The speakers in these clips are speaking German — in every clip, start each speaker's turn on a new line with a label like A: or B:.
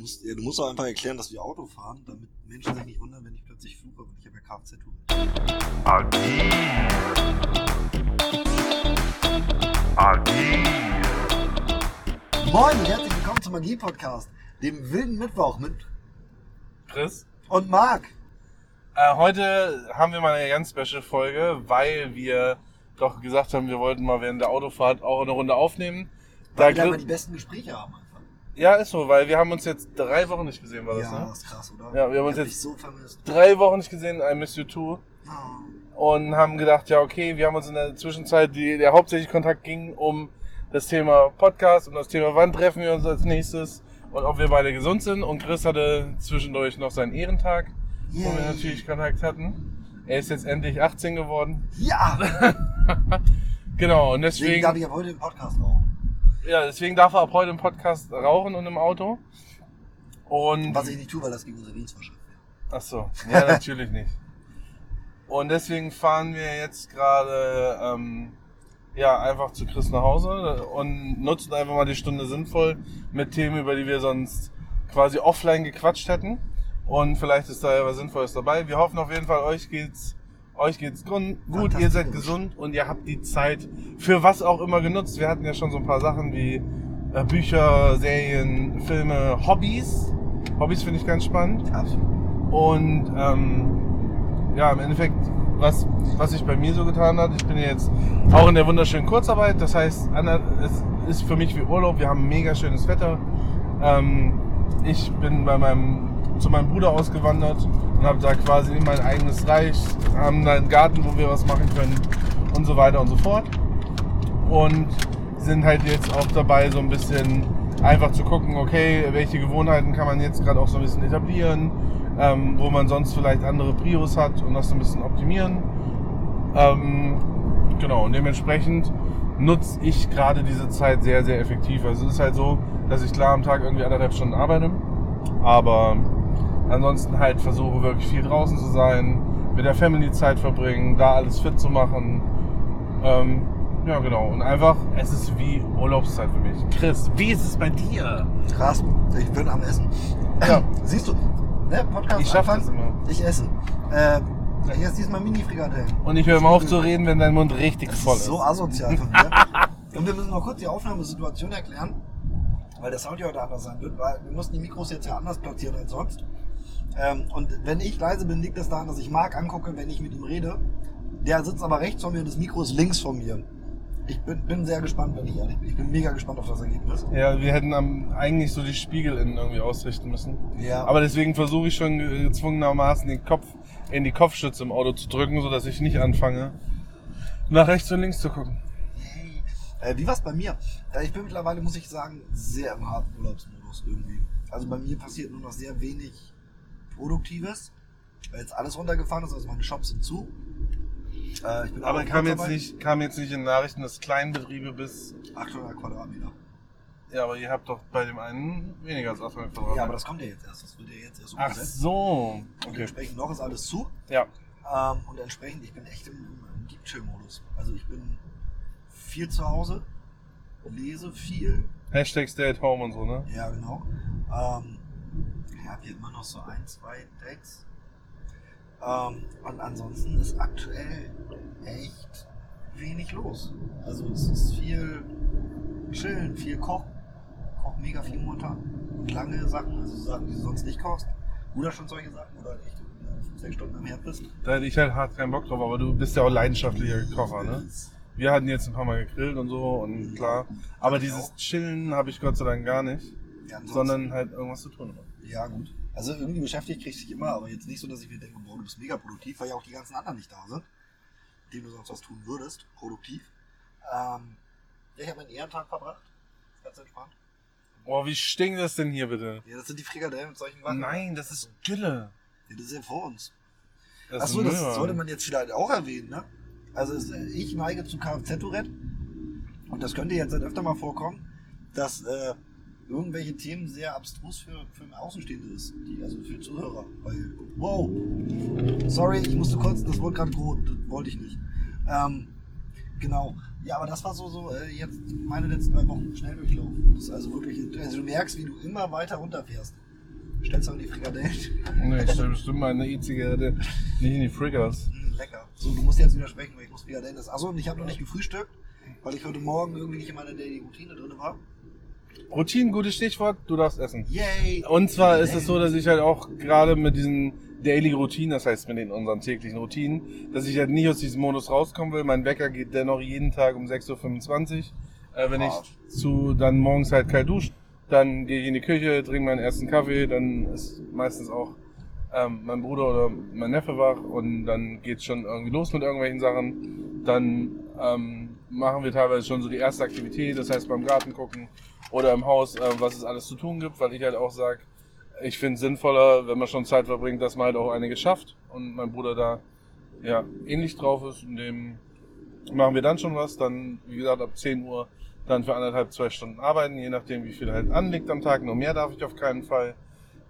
A: musst, ja, du musst doch einfach erklären, dass wir Auto fahren, damit Menschen sich nicht wundern, wenn ich plötzlich fluche, weil ich habe ja Kfz-Tour.
B: Adir. Adir.
A: Moin und herzlich willkommen zum Magie-Podcast, dem wilden Mittwoch mit
C: Chris.
A: und Marc.
C: Äh, heute haben wir mal eine ganz special Folge, weil wir doch gesagt haben, wir wollten mal während der Autofahrt auch eine Runde aufnehmen. Da
A: Weil wir da immer
C: Chris-
A: die besten Gespräche haben einfach.
C: ja, ist so, weil wir haben uns jetzt drei Wochen nicht gesehen, war das,
A: ja,
C: ne?
A: ist krass, oder?
C: Ja, wir haben uns
A: ich hab
C: jetzt
A: dich so vermisst.
C: drei Oh, Wochen nicht gesehen, I miss you too.
A: Ah,
C: Und haben gedacht, ja, okay, wir haben uns in der Zwischenzeit, die, der hauptsächliche Kontakt ging um das Thema Podcast, um das Thema, wann treffen wir uns als nächstes und ob wir beide gesund sind. Und Chris hatte zwischendurch noch seinen Ehrentag, wo wir
A: yay.
C: natürlich Kontakt hatten. Er ist jetzt endlich 18 geworden.
A: Ja,
C: Genau, und
A: deswegen
C: deswegen,
A: darf ich ja heute im Podcast auch.
C: ja, deswegen darf er ab heute im Podcast rauchen und im Auto. Und,
A: Was ich nicht tue, weil das gegen unsere Dienstvorschrift
C: ach so, ja, natürlich nicht. Und deswegen fahren wir jetzt gerade, ähm, ja, einfach zu Chris nach Hause und nutzen einfach mal die Stunde sinnvoll mit Themen, über die wir sonst quasi offline gequatscht hätten. Und vielleicht ist da ja was Sinnvolles dabei. Wir hoffen auf jeden Fall, euch geht's, euch geht's gun- gut, ihr seid
A: Fantastisch.
C: gesund und ihr habt die Zeit für was auch immer genutzt. Wir hatten ja schon so ein paar Sachen wie äh, Bücher, Serien, Filme, Hobbys. Hobbys finde ich ganz spannend.
A: Absolut.
C: Und ähm, ja, im Endeffekt, was, was sich bei mir so getan hat, ich bin ja jetzt auch in der wunderschönen Kurzarbeit. Das heißt, Anna, es ist für mich wie Urlaub. Wir haben mega schönes Wetter. Ähm, ich bin bei meinem, zu meinem Bruder ausgewandert und habe da quasi mein eigenes Reich, haben da einen Garten, wo wir was machen können und so weiter und so fort und sind halt jetzt auch dabei, so ein bisschen einfach zu gucken, okay, welche Gewohnheiten kann man jetzt gerade auch so ein bisschen etablieren, ähm, wo man sonst vielleicht andere Prios hat und das so ein bisschen optimieren. Ähm, genau, und dementsprechend nutze ich gerade diese Zeit sehr, sehr effektiv. Also es ist halt so, dass ich klar am Tag irgendwie anderthalb Stunden arbeite, aber ansonsten halt versuche wirklich viel draußen zu sein, mit der Family Zeit verbringen, da alles fit zu machen. Ähm, ja, genau. Und einfach, es ist wie Urlaubszeit für mich. Chris, wie ist es bei dir?
A: Krass, ich bin am Essen.
C: Ja.
A: Siehst du, ne, Podcast
C: Ich schaff
A: Anfang,
C: das immer.
A: Ich esse. Äh, ich esse diesmal Mini-Frikadellen.
C: Und ich höre immer auf zu reden, wenn dein Mund richtig
A: Das
C: voll
A: ist
C: ist.
A: so asozial von mir. Und wir müssen noch kurz die Aufnahmesituation erklären, weil der Sound ja heute anders sein wird, weil wir mussten die Mikros jetzt ja anders platzieren als sonst. Ähm, und wenn ich leise bin, liegt das daran, dass ich Marc angucke, wenn ich mit ihm rede. Der sitzt aber rechts von mir und das Mikro ist links von mir. Ich bin, bin sehr gespannt, wenn ich ehrlich bin. Ich bin mega gespannt auf das Ergebnis.
C: ja, wir hätten am, eigentlich so die Spiegel innen irgendwie ausrichten müssen.
A: Ja.
C: Aber deswegen versuche ich schon ge- gezwungenermaßen den Kopf in die Kopfstütze im Auto zu drücken, sodass ich nicht anfange, nach rechts und links zu gucken.
A: Äh, wie war's bei mir? Äh, Ich bin mittlerweile, muss ich sagen, sehr im harten Urlaubsmodus irgendwie. Also bei mir passiert nur noch sehr wenig Produktives, weil jetzt alles runtergefahren ist, also meine Shops sind zu. Äh, ich bin
C: Aber
A: auf
C: kam jetzt,
A: Kurzarbeit.
C: nicht, kam jetzt nicht in Nachrichten, dass Kleinbetriebe bis...
A: 800 Quadratmeter.
C: Ja, aber ihr habt doch bei dem einen weniger als 800 Quadratmeter.
A: Ja, aber das kommt ja jetzt erst. Das wird ja jetzt erst
C: Ach
A: umgesetzt.
C: so.
A: Und
C: Okay.
A: entsprechend noch ist alles zu.
C: Ja.
A: Ähm, und entsprechend, ich bin echt im, im, im Deep Chill Modus. Also ich bin viel zu Hause, lese viel,
C: Hashtag Stay at Home und so, ne?
A: Ja, genau. Ähm, ich habe hier immer noch so ein, zwei Dates. Ähm, und ansonsten ist aktuell echt wenig los. Also es ist viel Chillen, viel Kochen. Koch mega viel momentan. Lange Sachen, also Sachen, die du sonst nicht kochst. Oder schon solche Sachen, oder halt echt äh, fünf, sechs Stunden am Herd bist.
C: Da hätte ich halt hart keinen Bock drauf, aber du bist ja auch leidenschaftlicher Kocher, ne? Wir hatten jetzt ein paar Mal gegrillt und so und klar. Aber dieses Chillen habe ich Gott sei Dank gar nicht,
A: Ja, ansonsten-
C: sondern halt irgendwas zu tun.
A: Ja, gut. Also irgendwie beschäftigt kriegst du dich immer, aber jetzt nicht so, dass ich mir denke, boah, du bist mega produktiv, weil ja auch die ganzen anderen nicht da sind, denen du sonst was tun würdest, produktiv. Ähm, ja, ich habe meinen Ehrentag verbracht. Ganz entspannt.
C: Boah, wie stinkt das denn hier bitte?
A: Ja, das sind die Frikadellen mit solchen Waffen.
C: Nein, das ist Gülle.
A: Ja, das ist ja vor uns.
C: Das
A: Achso,
C: ist
A: das
C: Müllmann.
A: sollte man jetzt vielleicht auch erwähnen, ne? Also es, ich neige zu Kfz-Tourette und das könnte jetzt halt öfter mal vorkommen, dass äh, irgendwelche Themen sehr abstrus für, für Außenstehende ist, die, also für Zuhörer. Weil, wow, sorry, ich musste kurz, das wurde gerade groß, das wollte ich nicht. Ähm, genau, ja, aber das war so, so äh, jetzt meine letzten drei Wochen schnell durchlaufen. Das ist also wirklich, also du merkst, wie du immer weiter runterfährst. Stellst du an die Frikadellen?
C: Nee, ich stelle bestimmt mal eine E-Zigarette nicht in die Frickers.
A: Mm, Lecker. So, du musst jetzt widersprechen, weil ich muss Frikadellen essen. Achso, und ich habe noch nicht gefrühstückt, weil ich heute Morgen irgendwie nicht in meiner Daily Routine drin war.
C: Routine, gutes Stichwort, du darfst essen.
A: Yay!
C: Und zwar ist es so, dass ich halt auch gerade mit diesen Daily Routinen, das heißt mit den unseren täglichen Routinen, dass ich halt nicht aus diesem Modus rauskommen will. Mein Wecker geht dennoch jeden Tag um 6.25 Uhr. Äh, wenn ich zu dann morgens halt kalt dusche, dann gehe ich in die Küche, trinke meinen ersten Kaffee, dann ist meistens auch ähm, mein Bruder oder mein Neffe wach und dann geht's schon irgendwie los mit irgendwelchen Sachen. Dann ähm, machen wir teilweise schon so die erste Aktivität, das heißt beim Garten gucken oder im Haus, ähm, was es alles zu tun gibt, weil ich halt auch sage, ich finde es sinnvoller, wenn man schon Zeit verbringt, dass man halt auch einiges schafft und mein Bruder da ja ähnlich drauf ist und dem machen wir dann schon was, dann wie gesagt ab 10 Uhr dann für anderthalb, zwei Stunden arbeiten, je nachdem wie viel halt anliegt am Tag, nur mehr darf ich auf keinen Fall.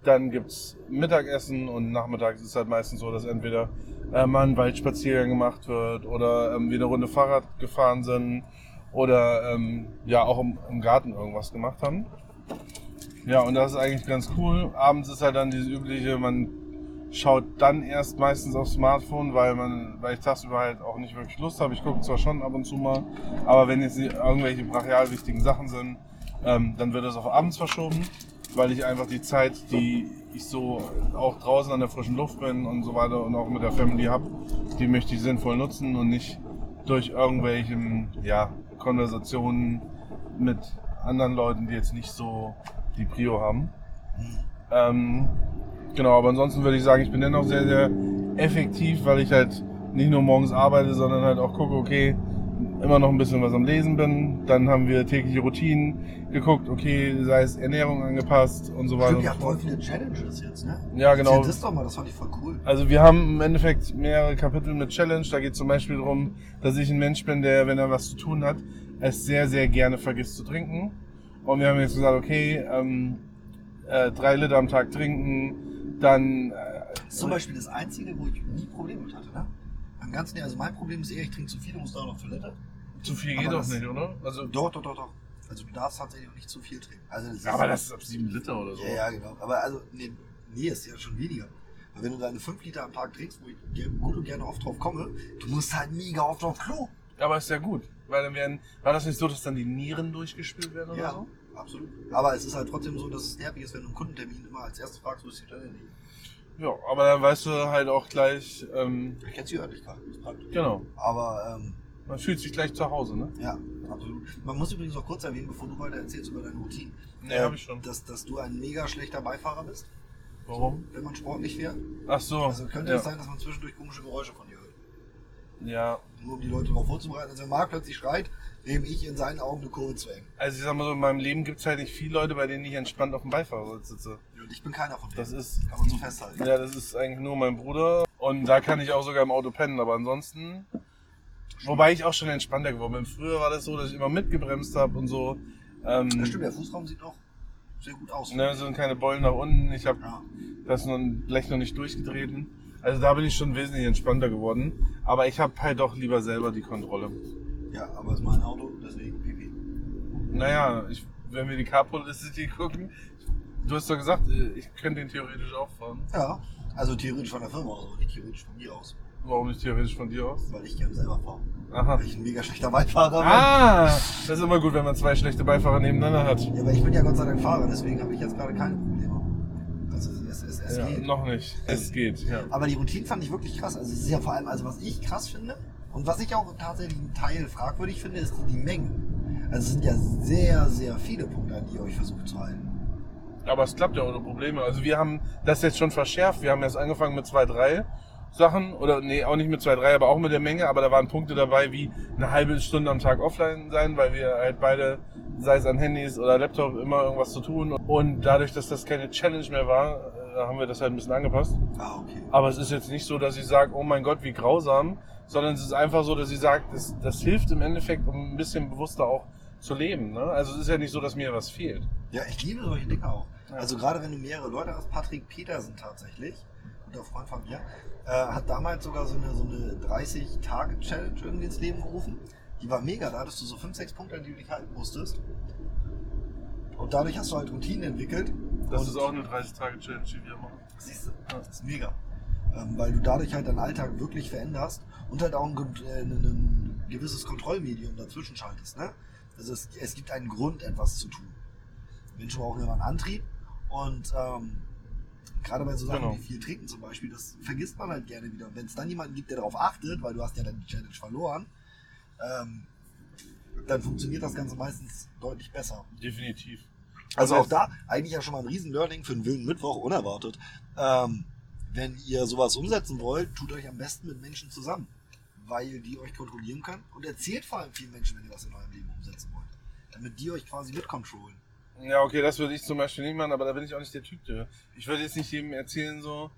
C: Dann gibt's Mittagessen und nachmittags ist halt meistens so, dass entweder äh, mal ein Waldspaziergang gemacht wird oder ähm, wir eine Runde Fahrrad gefahren sind oder ähm, ja auch im, im Garten irgendwas gemacht haben. Ja, und das ist eigentlich ganz cool. Abends ist halt dann dieses übliche, man schaut dann erst meistens aufs Smartphone, weil man, weil ich tagsüber halt auch nicht wirklich Lust habe. Ich gucke zwar schon ab und zu mal, aber wenn jetzt nicht irgendwelche brachial wichtigen Sachen sind, ähm, dann wird das auf abends verschoben, weil ich einfach die Zeit, die ich so auch draußen an der frischen Luft bin und so weiter und auch mit der Family habe, die möchte ich sinnvoll nutzen und nicht durch irgendwelchen, ja, Konversationen mit anderen Leuten, die jetzt nicht so die Prio haben. Ähm, genau, aber ansonsten würde ich sagen, ich bin dennoch sehr, sehr effektiv, weil ich halt nicht nur morgens arbeite, sondern halt auch gucke, okay, immer noch ein bisschen was am Lesen bin. Dann haben wir tägliche Routinen geguckt, okay, sei es Ernährung angepasst und so weiter.
A: Stimmt, ihr
C: und
A: habt
C: so
A: voll
C: fort.
A: viele Challenges jetzt, ne?
C: Ja, genau.
A: Das doch mal, das fand ich voll cool.
C: Also wir haben im Endeffekt mehrere Kapitel mit Challenge. Da geht zum Beispiel darum, dass ich ein Mensch bin, der, wenn er was zu tun hat, es sehr, sehr gerne vergisst zu trinken. Und wir haben jetzt gesagt, okay, ähm, äh, drei Liter am Tag trinken, dann äh,
A: Das ist zum Beispiel das Einzige, wo ich nie Probleme mit hatte, ne? Am ganzen also mein Problem ist eher, ich trinke zu viel und muss da auch noch auf Toilette.
C: zu viel
A: Aber
C: geht auch
A: das-
C: nicht, oder? Also,
A: Doch, doch, doch, doch. Also du darfst tatsächlich auch nicht zu viel trinken. Also das ist
C: aber das ist ab sieben Liter oder so.
A: Ja, ja, genau. Aber also, nee, nee, ist ja schon weniger. Weil wenn du deine 5 Liter am Tag trinkst, wo ich ge- gut und gerne oft drauf komme, du musst halt mega oft auf Klo.
C: Aber ist ja gut, weil dann werden, war das nicht so, dass dann die Nieren durchgespült werden oder
A: Ja.
C: so?
A: Absolut. Aber es ist halt trotzdem so, dass es nervig ist, wenn du einen Kundentermin immer als erstes fragst, wo ist die Toilette liegen.
C: Ja, aber dann weißt du halt auch gleich, ähm,
A: Ich kenn's die Örtlichkeit. ist praktisch.
C: genau,
A: Aber, ähm,
C: man fühlt sich gleich zu Hause, ne?
A: ja, absolut. Man muss übrigens auch kurz erwähnen, bevor du weiter erzählst über deine Routine,
C: Ne,
A: Äh,
C: hab ich schon.
A: dass, dass du ein mega schlechter Beifahrer bist,
C: Warum?
A: wenn man sportlich fährt.
C: Ach so.
A: Also könnte
C: ja.
A: es sein, dass man zwischendurch komische Geräusche von dir hört.
C: Ja,
A: Nur um die Leute darauf vorzubereiten. Also wenn Marc plötzlich schreit, nehme ich in seinen Augen eine Kurve zu eng.
C: also ich sag mal so, in meinem Leben gibt's halt nicht viele Leute, bei denen ich entspannt auf dem Beifahrersitz sitze.
A: Und ich bin keiner von denen.
C: Das ist,
A: Kann man so festhalten.
C: ja, das ist eigentlich nur mein Bruder. Und da kann ich auch sogar im Auto pennen, aber ansonsten, wobei ich auch schon entspannter geworden bin. Früher war das so, dass ich immer mitgebremst habe und so. Ähm,
A: Das stimmt, der Fußraum sieht auch sehr gut aus.
C: Ne, sind keine Beulen nach unten. Ich habe
A: Ja.
C: das noch, Blech noch nicht durchgetreten. Also da bin ich schon wesentlich entspannter geworden. Aber ich habe halt doch lieber selber die Kontrolle.
A: ja, aber es ist mein Auto, deswegen pipi.
C: Naja, ich, wenn wir die Carpool-Liste gucken, du hast doch gesagt, äh, ich könnte den theoretisch auch fahren.
A: Ja, also theoretisch von der Firma aus, aber nicht theoretisch von mir aus.
C: Warum nicht theoretisch von dir aus?
A: Weil ich gerne selber fahre.
C: Aha.
A: Weil ich ein mega schlechter Beifahrer bin.
C: Ah, das ist immer gut, wenn man zwei schlechte Beifahrer nebeneinander hat.
A: Ja, aber ich bin ja Gott sei Dank Fahrer, deswegen habe ich jetzt gerade keine Probleme. Also es, es, es
C: ja,
A: geht.
C: Noch nicht. Es geht. Ja.
A: Aber die Routine fand ich wirklich krass. Also es ist ja vor allem, also was ich krass finde und was ich auch tatsächlich einen Teil fragwürdig finde, ist die, die Menge. Also es sind ja sehr, sehr viele Punkte, an die ihr euch versucht zu halten.
C: Aber es klappt ja ohne Probleme. Also wir haben das jetzt schon verschärft. Wir haben erst angefangen mit zwei, drei Sachen. Oder nee, auch nicht mit zwei, drei, aber auch mit der Menge. Aber da waren Punkte dabei, wie eine halbe Stunde am Tag offline sein, weil wir halt beide, sei es an Handys oder Laptop, immer irgendwas zu tun. Und dadurch, dass das keine Challenge mehr war, äh, haben wir das halt ein bisschen angepasst.
A: Ah, okay.
C: Aber es ist jetzt nicht so, dass ich sage, oh mein Gott, wie grausam, sondern es ist einfach so, dass ich sage, das, das hilft im Endeffekt, um ein bisschen bewusster auch zu leben. Ne? Also es ist ja nicht so, dass mir was fehlt.
A: Ja, ich liebe solche Dinge auch.
C: Ja.
A: Also gerade wenn du mehrere Leute hast, Patrick Petersen tatsächlich, guter Freund von mir, äh, hat damals sogar so eine, so eine 30-Tage-Challenge irgendwie ins Leben gerufen. Die war mega, da hattest du so 5, 6 Punkte, an die du dich halten musstest. Und dadurch hast du halt Routinen entwickelt,
C: Das
A: Und-
C: ist auch eine 30-Tage-Challenge, die wir machen.
A: Siehst du, das ist mega. Ähm, weil du dadurch halt deinen Alltag wirklich veränderst und halt auch ein, ge- äh, ein- ein gewisses Kontrollmedium dazwischen schaltest. Ne? Also es, es gibt einen Grund, etwas zu tun. Menschen brauchen immer einen Antrieb und ähm, gerade bei so Sachen
C: Genau.
A: wie viel trinken zum Beispiel, das vergisst man halt gerne wieder. Und wenn es dann jemanden gibt, der darauf achtet, weil du hast ja deine Challenge verloren, ähm, dann funktioniert das Ganze meistens deutlich besser.
C: Definitiv.
A: Also auch da eigentlich ja schon mal ein Riesen-Learning für einen wilden Mittwoch, unerwartet. Ähm, wenn ihr sowas umsetzen wollt, tut euch am besten mit Menschen zusammen, weil die euch kontrollieren können und erzählt vor allem vielen Menschen, wenn ihr was in eurem Leben umsetzen wollt, damit die euch quasi mitcontrollen.
C: Ja, okay, das würde ich zum Beispiel nicht machen, aber da bin ich auch nicht der Typ für. Ich würde jetzt nicht jedem erzählen, so,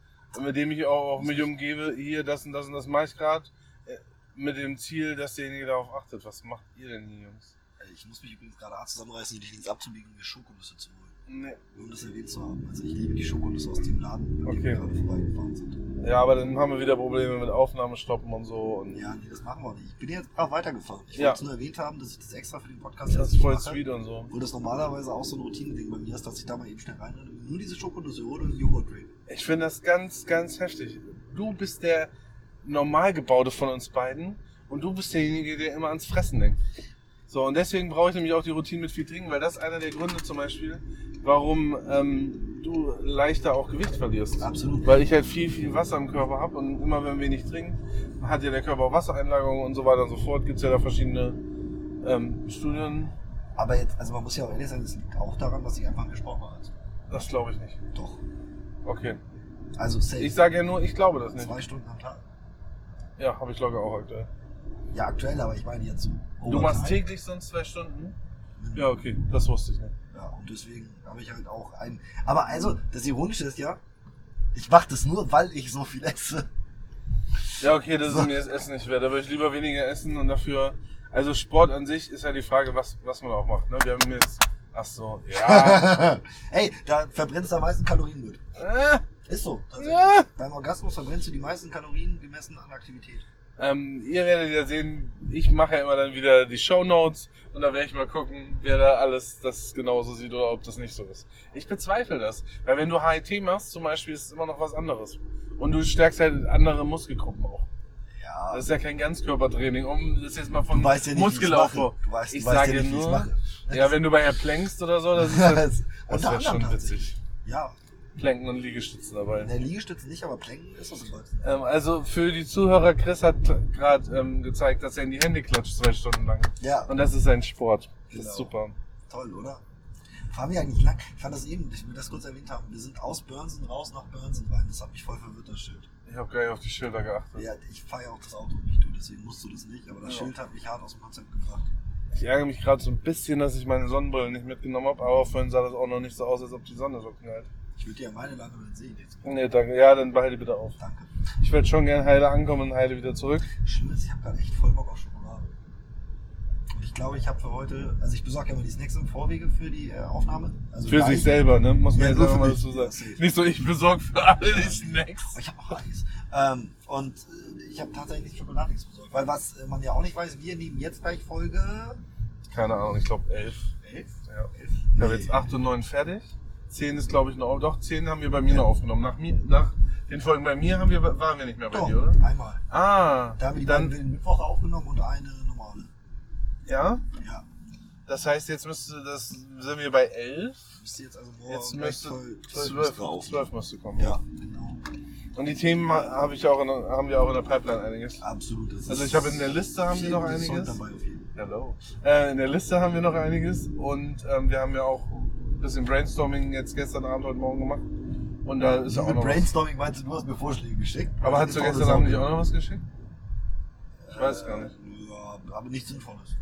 C: mit dem ich auch, auch mich umgebe, hier, das und das und das mache ich gerade, äh, mit dem Ziel, dass derjenige darauf achtet. Was macht ihr denn hier, Jungs?
A: Äh, Ich muss mich übrigens gerade hart zusammenreißen, dich links abzubiegen und mir Schokonüsse zu holen.
C: Nee.
A: Nur um das erwähnt zu haben. Also ich liebe die Schokonüsse aus dem Laden, an dem wir
C: Okay.
A: gerade vorbeigefahren sind.
C: Ja, aber dann haben wir wieder Probleme mit Aufnahmestoppen und so. Und
A: Ja, nee, das machen wir nicht. Ich bin jetzt brav weitergefahren. Ich
C: Ja.
A: wollte es nur erwähnt haben, dass ich das extra für den Podcast
C: Das ist
A: jetzt
C: voll
A: mache.
C: sweet und so.
A: Wo das normalerweise auch so ein Routine-Ding bei mir ist, dass ich da mal eben schnell reinrenne und nur diese Schokonüsse hole und einen Joghurt drink.
C: Ich finde das ganz, ganz heftig. Du bist der Normalgebaute von uns beiden und du bist derjenige, der immer ans Fressen denkt. So, und deswegen brauche ich nämlich auch die Routine mit viel Trinken, weil das ist einer der Gründe zum Beispiel, warum ähm, du leichter auch Gewicht verlierst.
A: Absolut.
C: Weil ich halt viel, viel Wasser im Körper habe und immer wenn wenig trinken, hat ja der Körper auch Wassereinlagerungen und so weiter und so fort. Gibt es ja da verschiedene ähm, Studien.
A: Aber jetzt, also man muss ja auch ehrlich sein, es liegt auch daran, dass ich einfach einen Sport mache. Also,
C: Das glaube ich nicht.
A: doch.
C: Okay.
A: Also safe.
C: Ich sage ja nur, ich glaube das nicht.
A: Zwei Stunden am Tag.
C: Ja, habe ich locker auch aktuell.
A: Ja, aktuell, aber ich meine jetzt so.
C: Du machst
A: Overtime.
C: täglich sonst zwei Stunden?
A: Mhm.
C: Ja, okay, das wusste ich nicht.
A: Ja, und deswegen habe ich halt auch einen. Aber also, das Ironische ist ja, ich mache das nur, weil ich so viel esse.
C: Ja, okay, das ist mir das Essen nicht wert. Da würde ich lieber weniger essen und dafür. Also Sport an sich ist ja die Frage, was, was man auch macht. Ne? Wir haben jetzt. Ach so, ja.
A: hey, da verbrennst du am meisten Kalorien mit.
C: Äh,
A: Ist so. tatsächlich.
C: äh.
A: Beim Orgasmus verbrennst du die meisten Kalorien gemessen an Aktivität.
C: Ähm, ihr werdet ja sehen, ich mache ja immer dann wieder die Shownotes und da werde ich mal gucken, wer da alles das genauso sieht oder ob das nicht so ist. Ich bezweifle das, weil wenn du HIT machst zum Beispiel, ist es immer noch was anderes. Und du stärkst halt andere Muskelgruppen auch.
A: Ja.
C: Das ist ja kein Ganzkörpertraining, um das jetzt mal vom
A: Du weißt ja nicht, wie ich's
C: Muskelaufbau.
A: mache. Du weißt- du
C: ich
A: weißt ja
C: sage
A: nicht, wie ich's
C: nur,
A: mache.
C: ja, wenn du bei Herr plankst oder so, das ist
A: Ja,
C: ja,
A: das-
C: das,
A: unter
C: wird
A: anderem
C: schon witzig.
A: Ja,
C: Planken und Liegestützen dabei.
A: in der Liegestütze nicht, aber Planken ist das im Bolzen.
C: Ähm, also für die Zuhörer, Chris hat gerade ähm, gezeigt, dass er in die Hände klatscht zwei Stunden lang.
A: Ja,
C: Und das ist ein Sport. Das
A: Genau.
C: ist super.
A: toll, oder? Fahren wir eigentlich lang? Ich fand das eben, ich will das kurz erwähnt haben. Wir sind aus Börnsen raus nach Börnsen rein. Das hat mich voll verwirrt, das Schild.
C: Ich habe gar nicht auf die Schilder geachtet.
A: Ja, ich fahre ja auch das Auto nicht, du, deswegen musst du das nicht. Aber das
C: Ja.
A: Schild hat mich hart aus dem Konzept gebracht.
C: Ich ärgere mich gerade so ein bisschen, dass ich meine Sonnenbrille nicht mitgenommen habe, aber vorhin sah das auch noch nicht so aus, als ob die Sonne so knallt.
A: Ich würde dir ja meine lange, aber dann sehe ich nichts mehr.
C: Nee, danke. Ja, dann behalte bitte auf.
A: Danke.
C: Ich werde schon gern heile ankommen und heile wieder zurück.
A: Schlimm ist, ich habe gerade echt voll Bock auf Schokolade. Und ich glaube, ich habe für heute, also ich besorge ja mal die Snacks im Vorwege für die äh, Aufnahme. Also
C: Für
A: gleich.
C: sich selber, ne? Muss
A: Ja,
C: man jetzt
A: nur
C: einfach
A: für
C: mal
A: mich.
C: dazu
A: Ja, safe.
C: sagen. Nicht so, ich besorge für alle die Snacks.
A: Oh, Ich habe auch Eis. Ähm, und äh, ich habe tatsächlich Schokoladix besorgt. Weil was äh, man ja auch nicht weiß, wir nehmen jetzt gleich Folge
C: Keine Ahnung, ich glaube elf.
A: 11.
C: Ja.
A: elf?
C: Ich habe jetzt acht und neun fertig. Zehn ist, glaube ich, noch. Doch, zehn haben wir bei mir noch aufgenommen. Nach, mir, nach den Folgen bei mir haben wir, waren wir nicht mehr bei
A: Doch,
C: dir, oder?
A: einmal.
C: Ah,
A: Da haben wir die beiden
C: dann,
A: wilden Mittwoche aufgenommen und eine normale.
C: ja.
A: Ja.
C: Das heißt, jetzt müsste das, sind wir bei elf.
A: Müsste jetzt also morgen
C: Jetzt
A: gleich
C: müsste
A: voll-
C: zwölf,
A: voll drauf.
C: zwölf müsste kommen.
A: Ja, genau.
C: Und die Themen ha- hab ich auch in, der- haben wir auch in der Pipeline einiges.
A: Absolut. das
C: Also
A: ist-
C: ich habe in der Liste haben wir noch
A: viel Zeug
C: einiges.
A: Dabei auf jeden
C: Hello. Äh, in der Liste haben wir noch einiges und ähm, wir haben ja auch ein bisschen Brainstorming jetzt gestern Abend, heute Morgen gemacht. Und da ist ja
A: Fall.
C: auch
A: Mit
C: noch was.
A: Brainstorming meinst du, du hast mir Vorschläge geschickt?
C: Aber hast du gestern Abend nicht auch noch was geschickt? Ich weiß gar nicht.
A: Ja, aber nichts Sinnvolles.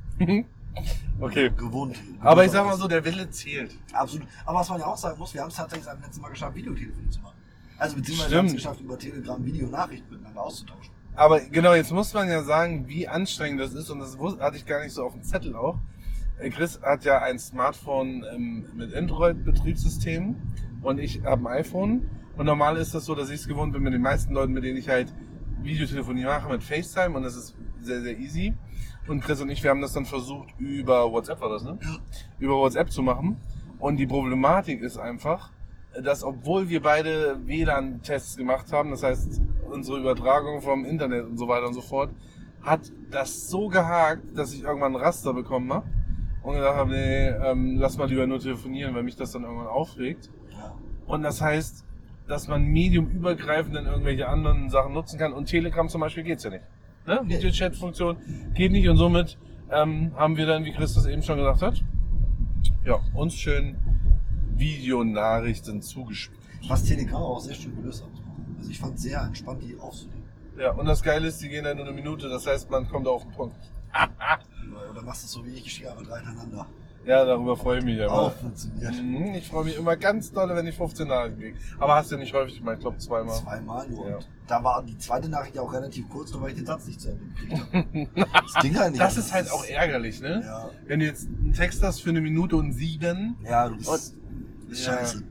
C: Okay.
A: Gewohnt.
C: Aber ich sag mal so, der Wille zählt.
A: Absolut. Aber was man ja auch sagen muss, wir haben es tatsächlich beim letzten Mal geschafft, Videotelefon zu machen. Also beziehungsweise
C: Stimmt.
A: haben es geschafft, über Telegram Videonachrichten miteinander auszutauschen.
C: Aber genau, jetzt muss man ja sagen, wie anstrengend das ist und das wus- hatte ich gar nicht so auf dem Zettel auch. Äh, Chris hat ja ein Smartphone ähm, mit Android-Betriebssystem und ich habe ein iPhone. Und normal ist das so, dass ich es gewohnt bin mit den meisten Leuten, mit denen ich halt Videotelefonie mache, mit FaceTime und das ist sehr, sehr easy. Und Chris und ich, wir haben das dann versucht, über WhatsApp war das, ne?
A: Ja.
C: Über WhatsApp zu machen. Und die Problematik ist einfach, dass obwohl wir beide WLAN-Tests gemacht haben, das heißt unsere Übertragung vom Internet und so weiter und so fort, hat das so gehakt, dass ich irgendwann ein Raster bekommen habe und gedacht habe, nee, ähm, lass mal lieber nur telefonieren, weil mich das dann irgendwann aufregt.
A: Ja.
C: Und das heißt, dass man mediumübergreifend dann irgendwelche anderen Sachen nutzen kann. Und Telegram zum Beispiel geht's ja nicht. Ne?
A: Nee.
C: Videochat-Funktion geht nicht und somit ähm, haben wir dann, wie Christus eben schon gesagt hat, ja, uns schön Videonachrichten zugespielt.
A: Was Telegram auch sehr schön gelöst hat. muss man sagen. Also ich fand sehr entspannt, die aufzunehmen.
C: Ja, und das Geile ist, die gehen dann nur eine Minute, das heißt, man kommt auf den Punkt.
A: Oder machst du es so wie ich, ich schicke einfach drei hintereinander.
C: Ja, darüber freue ich mich immer.
A: Auch funktioniert.
C: Mhm, Ich freue mich immer ganz doll, wenn ich 15 Nachrichten kriege. Aber hast du nicht häufig, ich meine, ich glaube zweimal.
A: Zweimal nur.
C: Ja.
A: Und da war die zweite Nachricht ja auch relativ kurz, nur weil ich den Satz nicht zu Ende gekriegt habe. Das ging halt nicht.
C: Das ist halt auch ärgerlich, ne?
A: Ja,
C: Wenn du jetzt einen Text hast für eine Minute und sieben,
A: ja du bist, bist
C: Ja.
A: scheiße.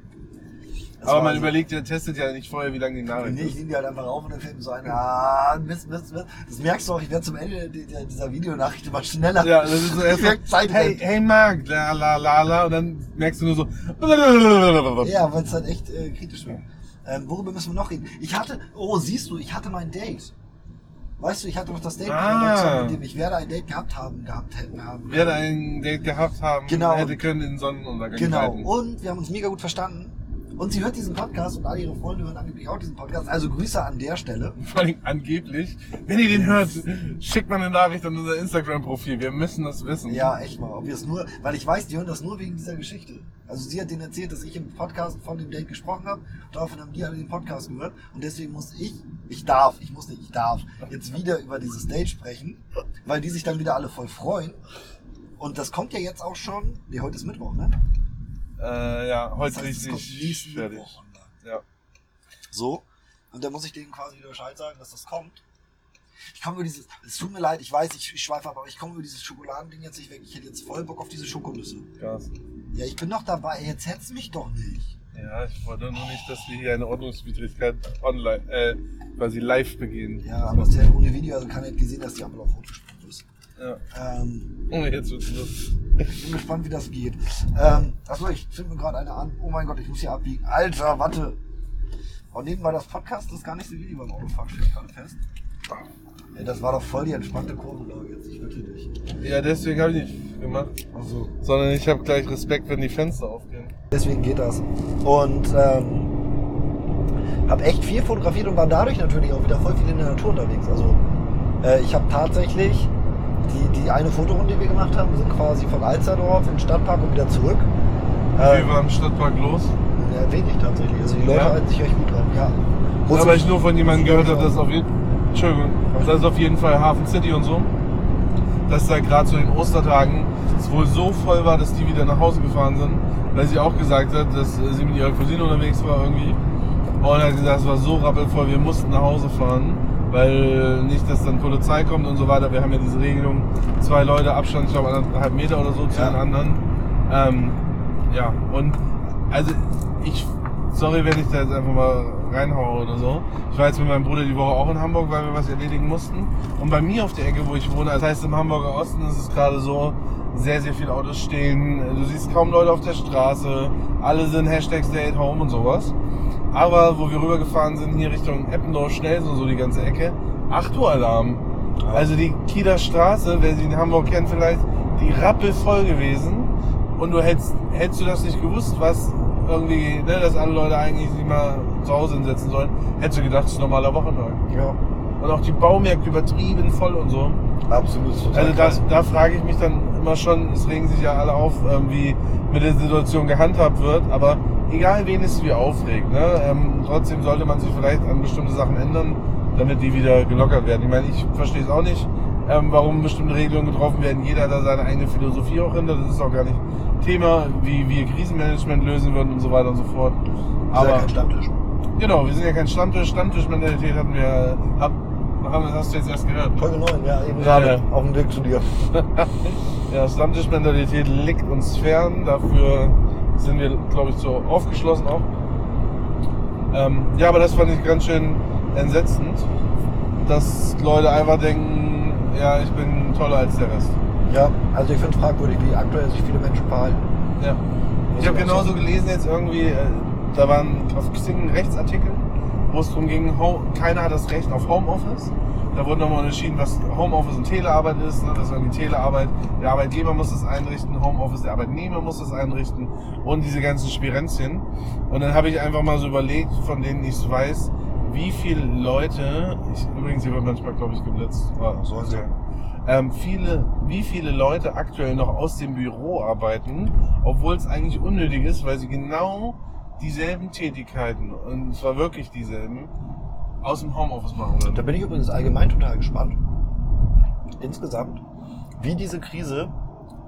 A: Das
C: aber
A: war
C: man
A: also-
C: überlegt, der testet ja nicht vorher, wie lange die Nachricht
A: Nee, ich
C: ist.
A: nehme die halt einfach auf und dann fällt mir so ein, ah, Mist, Mist, Mist. Das merkst du auch, ich werde zum Ende die- die- dieser Videonachricht immer schneller.
C: Ja, das ist so
A: ich merke
C: erst so,
A: Zeit
C: hey,
A: rennt.
C: hey Marc, la la la la, und dann merkst du nur so, ja,
A: Ja, weil es halt echt äh, kritisch wird. Ähm, worüber müssen wir noch reden? Ich hatte, oh, siehst du, ich hatte mein Date. Weißt du, ich hatte noch das Date,
C: Ah.
A: mit dem ich werde ein Date gehabt haben, gehabt hätten haben.
C: werde ein Date gehabt haben,
A: Genau.
C: hätte können in Sonnenuntergang
A: Genau.
C: reiten.
A: Und wir haben uns mega gut verstanden. Und sie hört diesen Podcast und all ihre Freunde hören angeblich auch diesen Podcast. Also Grüße an der Stelle.
C: Vor allem angeblich, wenn ihr den hört, schickt man eine Nachricht an unser Instagram-Profil. Wir müssen das wissen.
A: Ja, echt mal. Ob wir es nur, weil ich weiß, die hören das nur wegen dieser Geschichte. Also sie hat denen erzählt, dass ich im Podcast von dem Date gesprochen habe. Daraufhin haben die alle den Podcast gehört. Und deswegen muss ich, ich darf, ich muss nicht, ich darf, jetzt wieder über dieses Date sprechen, weil die sich dann wieder alle voll freuen. Und das kommt ja jetzt auch schon. Nee, heute ist Mittwoch, ne?
C: Äh, ja, heute
A: Das heißt, es kommt
C: richtig
A: nächsten
C: fertig.
A: Mittwoch online.
C: Ja.
A: So. Und dann muss ich denen quasi wieder Bescheid sagen, dass das kommt. Ich komme über dieses, es tut mir leid, ich weiß, ich, ich schweife ab, aber ich komme über dieses Schokoladending jetzt nicht weg. Ich hätte jetzt voll Bock auf diese Schokonüsse.
C: Krass.
A: Ja, ich bin noch dabei, jetzt hetz mich doch nicht.
C: Ja, ich wollte nur nicht, dass wir hier eine Ordnungswidrigkeit online, äh, quasi live begehen.
A: Ja, aber es ist ja ohne Video, also kann ich nicht gesehen, dass die Ampel auf Rot gesprungen ist.
C: Ja.
A: Ähm,
C: Oh, jetzt wird's los.
A: ich bin gespannt, wie das geht. Ähm, achso, ich finde mir gerade eine an. Oh mein Gott, ich muss hier abbiegen. Alter, warte. Und nebenbei das Podcast ist gar nicht so easy beim Autofahren, steht gerade fest. Ja, das war doch voll die entspannte Kurvenlage jetzt, ich bitte dich.
C: Ja, deswegen habe ich nicht gemacht.
A: Also,
C: Sondern ich habe gleich Respekt, wenn die Fenster aufgehen.
A: deswegen geht das. Und ähm, habe echt viel fotografiert und war dadurch natürlich auch wieder voll viel in der Natur unterwegs. Also äh, ich habe tatsächlich die, die eine Fotorunde, die wir gemacht haben, sind quasi von Alsterdorf in den Stadtpark und wieder zurück. Ähm,
C: Wir waren im Stadtpark los.
A: Ja, erwähne ich tatsächlich. Also die Leute
C: Ja.
A: halten sich echt gut dran. Ja.
C: Aber ich nur von jemandem gehört habe, dass auf jeden Entschuldigung, das ist auf jeden Fall Hafen City und so, dass da gerade zu den Ostertagen es wohl so voll war, dass die wieder nach Hause gefahren sind, weil sie auch gesagt hat, dass äh, sie mit ihrer Cousine unterwegs war irgendwie und hat gesagt, es war so rappelvoll, wir mussten nach Hause fahren, weil nicht, dass dann Polizei kommt und so weiter. Wir haben ja diese Regelung, zwei Leute Abstand, ich glaube anderthalb Meter oder so zu
A: Ja.
C: den anderen. Ähm, ja, und also ich, sorry, wenn ich da jetzt einfach mal reinhaue oder so. Ich war jetzt mit meinem Bruder die Woche auch in Hamburg, weil wir was erledigen mussten. Und bei mir auf der Ecke, wo ich wohne, das heißt im Hamburger Osten, ist es gerade so, sehr, sehr viele Autos stehen. Du siehst kaum Leute auf der Straße. Alle sind Hashtag Stay at Home und sowas. Aber wo wir rübergefahren sind, hier Richtung Eppendorf, Schnelsen und so die ganze Ecke, 8 Uhr Alarm. Also die Kieler Straße, wer sie in Hamburg kennt vielleicht, die rappelvoll gewesen. Und du hättest, hättest du das nicht gewusst, was irgendwie, ne, dass alle Leute eigentlich sich mal zu Hause hinsetzen sollen, hättest du gedacht, es ist ein normaler Wochentag.
A: Ja,
C: Und auch die Baumärkte übertrieben voll und so.
A: absolut. total
C: Also da,
A: krass.
C: da frage ich mich dann immer schon, es regen sich ja alle auf, ähm, wie mit der Situation gehandhabt wird, aber egal wen es wie aufregt, ne? ähm, trotzdem sollte man sich vielleicht an bestimmte Sachen ändern, damit die wieder gelockert werden. Ich meine, ich verstehe es auch nicht, ähm, warum bestimmte Regelungen getroffen werden. Jeder hat da seine eigene Philosophie auch hinter, das ist auch gar nicht Thema, wie wir Krisenmanagement lösen würden und so weiter und so fort.
A: Ist ja
C: Aber
A: kein Stammtisch.
C: genau, wir sind ja kein Stammtisch, Stammtischmentalität hatten wir, hab, haben, hast du jetzt erst gehört. ne?
A: Folge 9, ja, eben
C: Ja,
A: gerade.
C: ja.
A: Auf dem Weg zu dir.
C: Ja, Stammtischmentalität liegt uns fern. Dafür sind wir, glaube ich, so aufgeschlossen auch. Ähm, ja, aber das fand ich ganz schön entsetzend, dass Leute einfach denken, ja, ich bin toller als der Rest.
A: Ja, also ich finde es fragwürdig, wie aktuell sich viele Menschen verhalten.
C: Ja. Ich habe genauso gelesen jetzt irgendwie, äh, da waren auf Xing Rechtsartikel, wo es darum ging, Ho- keiner hat das Recht auf Homeoffice. Da wurde nochmal unterschieden, was Homeoffice und Telearbeit ist. Ne? Das war irgendwie Telearbeit. Der Arbeitgeber muss das einrichten, Homeoffice, der Arbeitnehmer muss das einrichten und diese ganzen Spirenzchen. Und dann habe ich einfach mal so überlegt, von denen ich weiß, wie viele Leute, ich, übrigens, hier wird manchmal, glaube ich, geblitzt. Ah, so ist ja. Ähm, viele, wie viele Leute aktuell noch aus dem Büro arbeiten, obwohl es eigentlich unnötig ist, weil sie genau dieselben Tätigkeiten, und zwar wirklich dieselben, aus dem Homeoffice machen würden.
A: Da bin ich übrigens allgemein total gespannt. Insgesamt, wie diese Krise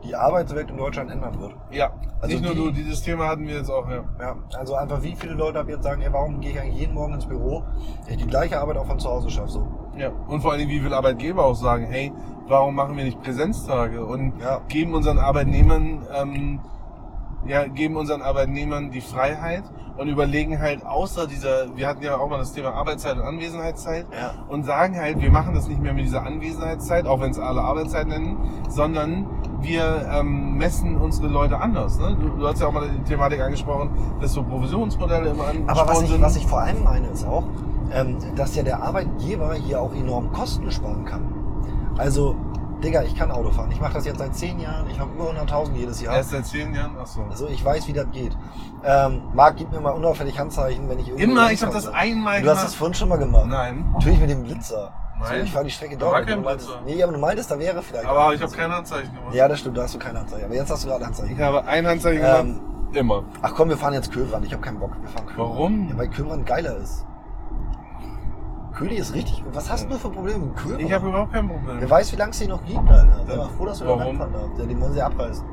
A: die Arbeitswelt in Deutschland ändern wird.
C: Ja,
A: Also
C: nicht nur
A: die-
C: du, dieses Thema hatten wir jetzt auch, ja.
A: Ja, also einfach wie viele Leute ab jetzt sagen, ey, warum gehe ich eigentlich jeden Morgen ins Büro, wenn ich die gleiche Arbeit auch von zu Hause schaffe. So.
C: ja. Und vor allen Dingen, wie viele Arbeitgeber auch sagen, hey, warum machen wir nicht Präsenztage und
A: Ja.
C: geben unseren Arbeitnehmern, ähm, ja, geben unseren Arbeitnehmern die Freiheit und überlegen halt außer dieser, wir hatten ja auch mal das Thema Arbeitszeit und Anwesenheitszeit,
A: Ja.
C: und sagen halt, wir machen das nicht mehr mit dieser Anwesenheitszeit, auch wenn es alle Arbeitszeit nennen, sondern wir ähm, messen unsere Leute anders. Ne? Du, du hast ja auch mal die Thematik angesprochen, dass so Provisionsmodelle immer angesprochen
A: Aber was ich,
C: sind.
A: was ich vor allem meine, ist auch, ähm, dass ja der Arbeitgeber hier auch enorm Kosten sparen kann. Also, Digga, ich kann Auto fahren. Ich mache das jetzt seit zehn Jahren. Ich habe über 100.000 jedes Jahr.
C: Erst seit zehn Jahren? Achso.
A: Also ich weiß, wie das geht. Ähm, Marc, gib mir mal unauffällig Handzeichen, wenn ich irgendwie...
C: Immer, ich habe
A: rankomme.
C: das einmal
A: Du hast
C: gemacht.
A: das vorhin schon mal gemacht.
C: Nein.
A: Natürlich mit dem Blitzer.
C: Nein.
A: So, ich fahre die Strecke
C: Da
A: dort.
C: war
A: aber
C: kein
A: du meintest-
C: Blitzer.
A: Nee, aber du meintest, da wäre vielleicht...
C: Aber ich habe kein Handzeichen gemacht.
A: Ja, das stimmt, da hast du kein Handzeichen. Aber jetzt hast du gerade
C: Ich
A: Handzeichen.
C: habe ein Handzeichen
A: Ähm,
C: gemacht. Immer.
A: Ach komm, wir fahren jetzt Köbrand. Ich habe keinen Bock. Wir fahren Köbrand.
C: Warum?
A: Ja, weil Köbrand geiler ist. Köli ist richtig... Was hast du für Probleme mit Köbrand?
C: Ich habe überhaupt kein Problem.
A: Wer weiß, wie lange es die noch gibt, Alter. Sei
C: Ja.
A: mal froh, dass wir da
C: Warum?
A: Nachbarn haben. Ja, die wollen sie abreißen.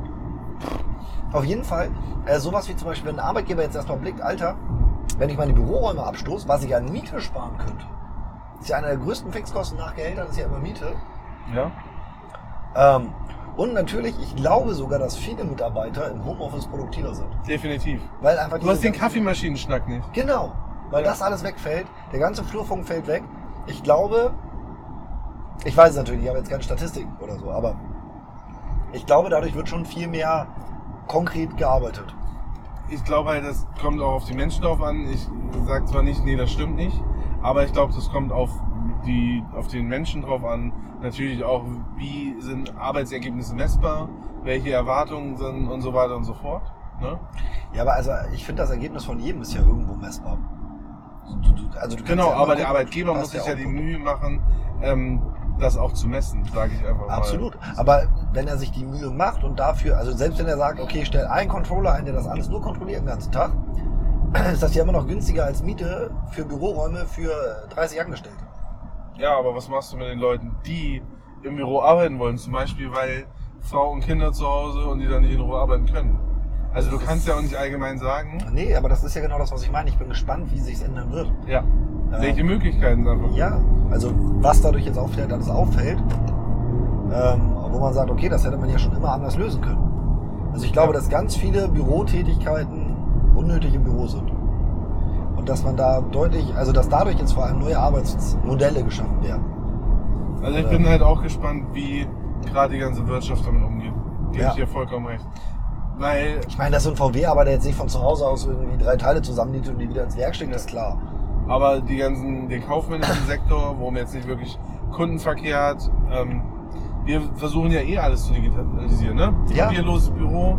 A: Auf jeden Fall, äh, sowas wie zum Beispiel, wenn ein Arbeitgeber jetzt erstmal blickt, Alter, wenn ich meine Büroräume abstoße, was ich an Miete sparen könnte. Ist ja einer der größten Fixkosten nach Gehältern, ist ja immer Miete.
C: Ja?
A: Ähm, und natürlich, ich glaube sogar, dass viele Mitarbeiter im Homeoffice produktiver sind.
C: Definitiv.
A: Weil einfach
C: Du
A: diese
C: hast den
A: ganzen-
C: Kaffeemaschinenschnack nicht.
A: Genau, weil
C: Ja.
A: das alles wegfällt, der ganze Flurfunk fällt weg. Ich glaube, ich weiß es natürlich, ich habe jetzt keine Statistiken oder so, aber ich glaube, dadurch wird schon viel mehr konkret gearbeitet.
C: ich glaube halt, das kommt auch auf die Menschen drauf an. Ich sage zwar nicht, nee, das stimmt nicht, aber ich glaube, das kommt auf die, auf den Menschen drauf an. Natürlich auch, wie sind Arbeitsergebnisse messbar, welche Erwartungen sind und so weiter und so fort. Ne?
A: Ja, aber also ich finde, das Ergebnis von jedem ist ja irgendwo messbar. Du- du- Also du kannst
C: Genau,
A: ja immer
C: aber der
A: gucken,
C: Arbeitgeber
A: was
C: muss
A: der
C: sich ja die
A: Output-
C: Mühe machen, ähm, das auch zu messen, sage ich einfach mal.
A: Absolut. Aber wenn er sich die Mühe macht und dafür, also selbst wenn er sagt, okay, ich stell einen Controller ein, der das alles nur kontrolliert den ganzen Tag, ist das ja immer noch günstiger als Miete für Büroräume für 30 Angestellte.
C: Ja, aber was machst du mit den Leuten, die im Büro arbeiten wollen? Zum Beispiel, weil Frau und Kinder zu Hause und die dann nicht in Ruhe arbeiten können. Also du kannst ja auch nicht allgemein sagen.
A: Nee, aber das ist ja genau das, was ich meine. Ich bin gespannt, wie sich's ändern wird.
C: Ja.
A: Ähm,
C: Welche Möglichkeiten einfach.
A: Ja, also was dadurch jetzt auch vielleicht alles auffällt, ähm, wo man sagt, okay, das hätte man ja schon immer anders lösen können. Also ich glaube,
C: Ja.
A: dass ganz viele Bürotätigkeiten unnötig im Büro sind. Und dass man da deutlich, also dass dadurch jetzt vor allem neue Arbeitsmodelle geschaffen werden.
C: Also ich
A: Ja.
C: bin halt auch gespannt, wie gerade die ganze Wirtschaft damit umgeht. Gebe
A: Ja.
C: ich dir vollkommen recht. Weil,
A: Ich meine, dass so ein VW-Arbeiter jetzt nicht von zu Hause aus irgendwie drei Teile zusammenlegt und die wieder ins Werk schickt, ist klar.
C: aber die ganzen, den kaufmännischen Sektor, wo man jetzt nicht wirklich Kundenverkehr hat, ähm, wir versuchen ja eh alles zu digitalisieren, ne?
A: Ja.
C: Papierloses Büro.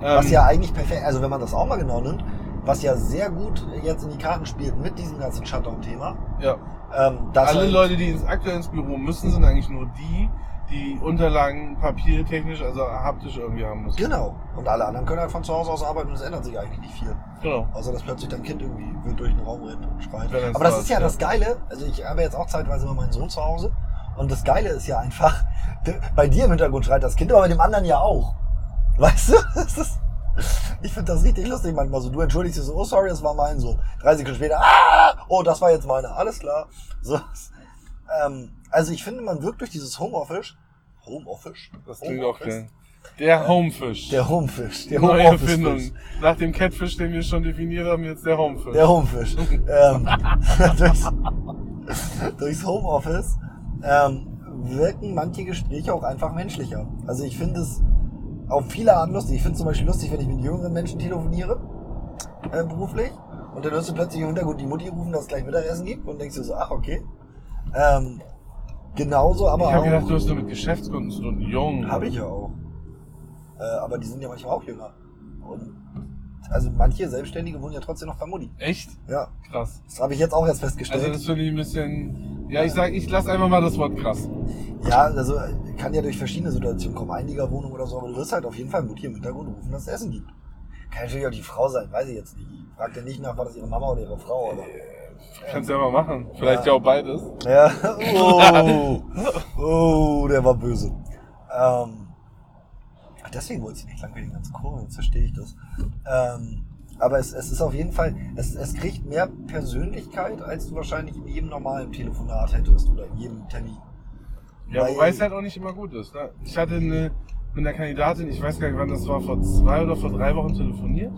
C: ähm,
A: Was ja eigentlich perfekt, also wenn man das auch mal genau nimmt, was ja sehr gut jetzt in die Karten spielt mit diesem ganzen Shutdown-Thema.
C: ja.
A: Ähm, dass
C: Alle
A: halt-
C: Leute, die ins aktuell ins Büro müssen, sind eigentlich nur die, die Unterlagen papiertechnisch, also haptisch irgendwie haben müssen.
A: Genau. Und alle anderen können halt von zu Hause aus arbeiten und es ändert sich eigentlich nicht viel.
C: Genau.
A: Außer dass plötzlich dein Kind irgendwie wild durch den Raum rennt und schreit.
C: Wenn er es
A: Aber das
C: da
A: ist
C: ist,
A: ja
C: ja.
A: das Geile. Also ich habe jetzt auch zeitweise immer meinen Sohn zu Hause. Und das Geile ist ja einfach, d- bei dir im Hintergrund schreit das Kind, aber bei dem anderen ja auch. Weißt du? Das ist, ich finde das richtig lustig manchmal so. Du entschuldigst dich so, oh sorry, das war mein Sohn. Drei Sekunden später, ah, oh, das war jetzt meiner. Alles klar. So. Ähm, also ich finde, man wirkt durch dieses Homeoffice. Homeoffice?
C: Das klingt auch geil. Der Homefish.
A: Oh, Der Homefish. Der
C: Neue
A: Homeoffice-Fish.
C: Erfindung. Nach dem Catfish, den wir schon definiert haben, jetzt der Homefish.
A: Der Homefisch. ähm, durchs, durchs Homeoffice ähm, wirken manche Gespräche auch einfach menschlicher. Also ich finde es auf viele Arten lustig. Ich finde es zum Beispiel lustig, wenn ich mit jüngeren Menschen telefoniere. äh, beruflich. Und dann hörst du plötzlich im Hintergrund die Mutti rufen, dass es gleich Mittagessen gibt und denkst du so, ach okay. Ähm, genauso, aber
C: ich habe
A: auch.
C: gedacht, du hast nur mit Geschäftskunden zu tun. Jung.
A: Habe ich ja auch. Äh, aber die sind ja manchmal auch jünger. Und also manche Selbstständige wohnen ja trotzdem noch bei Mutti.
C: Echt?
A: Ja,
C: Krass.
A: das habe ich jetzt auch erst
C: Also
A: festgestellt.
C: das finde ich ein bisschen. Ja, ich sag, ich lasse einfach mal das Wort krass.
A: ja, also äh, kann ja durch verschiedene Situationen kommen, Einliegerwohnung oder so, aber du wirst halt auf jeden Fall Mutti im Hintergrund rufen, dass es Essen gibt. Kann natürlich auch die Frau sein, weiß ich jetzt nicht. Ich frag dir nicht nach, war das ihre Mama oder ihre Frau.
C: Äh,
A: Aber,
C: Kannst du ja mal machen. Vielleicht ja, auch beides.
A: Äh, Ja, oh, oh, der war böse. Ähm, ach, deswegen wollte ich nicht lang wegen der ganzen Kurve, jetzt verstehe ich das. Ähm, aber es, es ist auf jeden Fall, es, es kriegt mehr Persönlichkeit, als du wahrscheinlich in jedem normalen Telefonat hättest oder in jedem Termin.
C: Ja,
A: Weil-
C: wobei es halt auch nicht immer gut ist. Ne? Ich hatte eine, mit einer Kandidatin, ich weiß gar nicht wann das war, vor zwei oder vor drei Wochen telefoniert.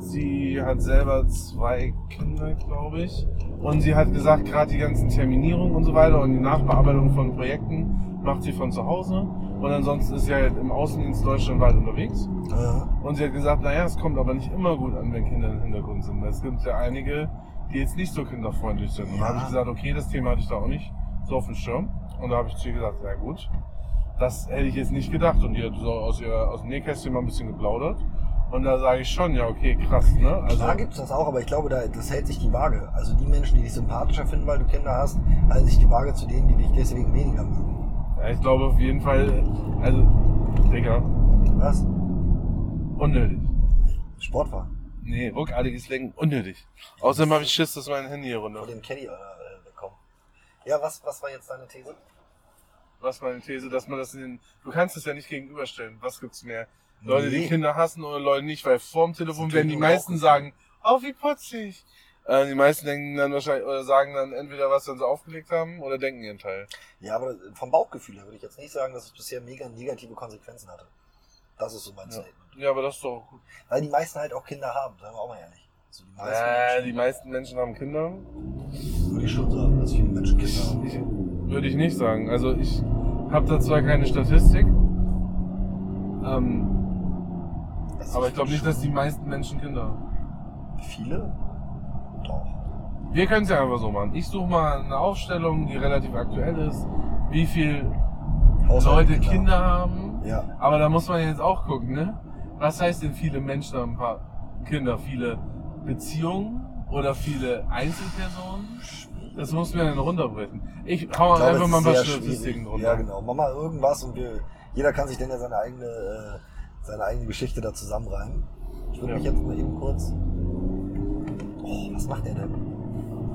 C: Sie hat selber zwei Kinder, glaube ich. Und sie hat gesagt, gerade die ganzen Terminierungen und so weiter und die Nachbearbeitung von Projekten macht sie von zu Hause. Und ansonsten ist sie halt im Außendienst Deutschland weit unterwegs.
A: Äh,
C: Und sie hat gesagt, naja, es kommt aber nicht immer gut an, wenn Kinder im Hintergrund sind. weil Es gibt ja einige, die jetzt nicht so kinderfreundlich sind. Und da habe ich
A: Ja.
C: gesagt, okay, das Thema hatte ich da auch nicht so auf dem Schirm. Und da habe ich zu ihr gesagt, ja gut, das hätte ich jetzt nicht gedacht. Und die hat so aus, ihrer, aus dem Nähkästchen mal ein bisschen geplaudert. Und da sage ich schon, ja, okay, krass, ne? Also,
A: Klar gibt's das auch, aber ich glaube, da, das hält sich die Waage. Also die Menschen, die dich sympathischer finden, weil du Kinder hast, halten sich die Waage zu denen, die dich deswegen weniger mögen.
C: ja, ich glaube auf jeden Fall, also, Digga,
A: Was?
C: unnötig.
A: Sport war.
C: Nee, ruckartiges Lenken, unnötig. Außerdem habe ich Schiss, dass mein Handy hier runter.
A: Vor dem Caddy äh, äh, wegkommen. Ja, was, was war jetzt deine These?
C: was meine These, dass man das in den, du kannst es ja nicht gegenüberstellen. Was gibt's mehr? Leute, die
A: Nee.
C: Kinder hassen oder Leute nicht, weil vorm Telefon
A: Das
C: werden die
A: tut mir auch
C: meisten
A: gut.
C: sagen, oh, wie putzig. Äh, die meisten denken dann wahrscheinlich, oder sagen dann entweder, was sie uns aufgelegt haben, oder denken ihren Teil.
A: Ja, aber vom Bauchgefühl her würde ich jetzt nicht sagen, dass es bisher mega negative Konsequenzen hatte. Das ist so mein
C: Ja.
A: Statement.
C: Ja, aber das ist doch gut.
A: Weil die meisten halt auch Kinder haben, sagen wir auch mal ehrlich. So die meisten
C: Äh, die
A: Menschen,
C: meisten Menschen haben Kinder.
A: würde ich schon sagen, dass viele Menschen Kinder haben.
C: Ich, würde ich nicht sagen. Also ich habe da zwar keine Statistik, ähm,
A: Das
C: aber
A: ist
C: ich glaube nicht,
A: schon-
C: dass die meisten Menschen Kinder haben.
A: Viele? Doch.
C: Wir können es ja einfach so machen. Ich suche mal eine Aufstellung, die relativ aktuell ist, wie viel
A: Haushalte
C: Leute Kinder haben.
A: Ja.
C: Aber da muss man jetzt auch gucken, ne? Was heißt denn viele Menschen haben ein paar Kinder? Viele Beziehungen oder viele Einzelpersonen? Das muss man dann runterbrechen. Ich hau
A: Ich glaube,
C: einfach
A: es
C: mal ein
A: ist
C: paar
A: sehr
C: Statistiken
A: schwierig.
C: runter.
A: Ja, genau. Mach mal irgendwas und wir, jeder kann sich denn ja seine eigene, äh, seine eigene Geschichte da zusammenreimen. Ich würde
C: Ja.
A: mich jetzt mal eben kurz. Oh, was macht der denn?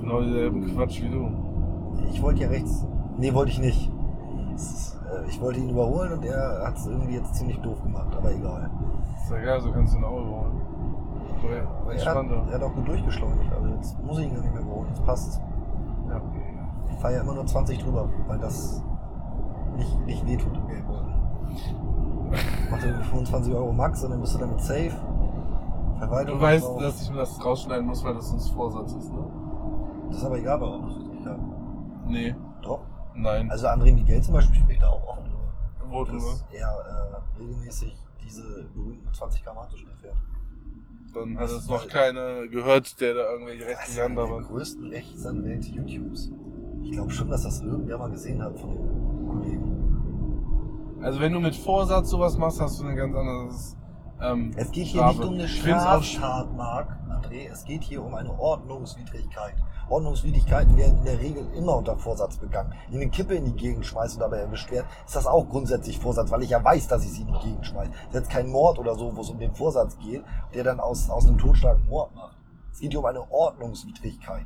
C: Genau denselben Quatsch wie du.
A: Ich wollte ja rechts. Nee, wollte ich nicht. Es ist, äh, Ich wollte ihn überholen und er hat es irgendwie jetzt ziemlich doof gemacht, aber egal.
C: Ist ja egal, so kannst du ein Auge holen. So, ja,
A: Er hat,
C: Entspannter.
A: er hat auch gut durchgeschleunigt, also jetzt muss ich ihn gar nicht mehr überholen, jetzt passt
C: Ja.
A: Ich fahre ja immer nur 20 drüber, weil das nicht, nicht wehtut im Geldbeutel. Macht irgendwie 25 Euro Max und dann bist du damit safe. Verwaltung
C: Du weißt,
A: drauf.
C: dass ich mir das rausschneiden muss, weil das uns Vorsatz ist, ne?
A: Das ist aber egal bei uns. Ja,
C: Nee.
A: doch.
C: Nein.
A: Also André Miguel zum Beispiel spricht da auch offen drüber.
C: Wo drüber?
A: Dass er äh, regelmäßig diese berühmten 20 Gramm schnell fährt.
C: Dann hat es noch keiner gehört, der da irgendwelche rechten
A: einer
C: Länder
A: der
C: war.
A: größten Rechtsanwälte YouTubes. Ich glaube schon, dass das irgendwer mal gesehen hat von dem Kollegen.
C: Also wenn du mit Vorsatz sowas machst, hast du eine ganz anderes. Ähm,
A: Es geht hier
C: Strafe.
A: nicht um eine
C: Ich find's auch
A: Straftat, Marc, André. Es geht hier um eine Ordnungswidrigkeit. Ordnungswidrigkeiten werden in der Regel immer unter Vorsatz begangen. Wenn ich eine Kippe in die Gegend schmeißt und dabei erwischt wird, ist das auch grundsätzlich Vorsatz, weil ich ja weiß, dass ich sie in die Gegend schmeiße. Das ist jetzt kein Mord oder so, wo es um den Vorsatz geht, der dann aus, aus einem Totschlag einen Mord macht. Es geht hier um eine Ordnungswidrigkeit.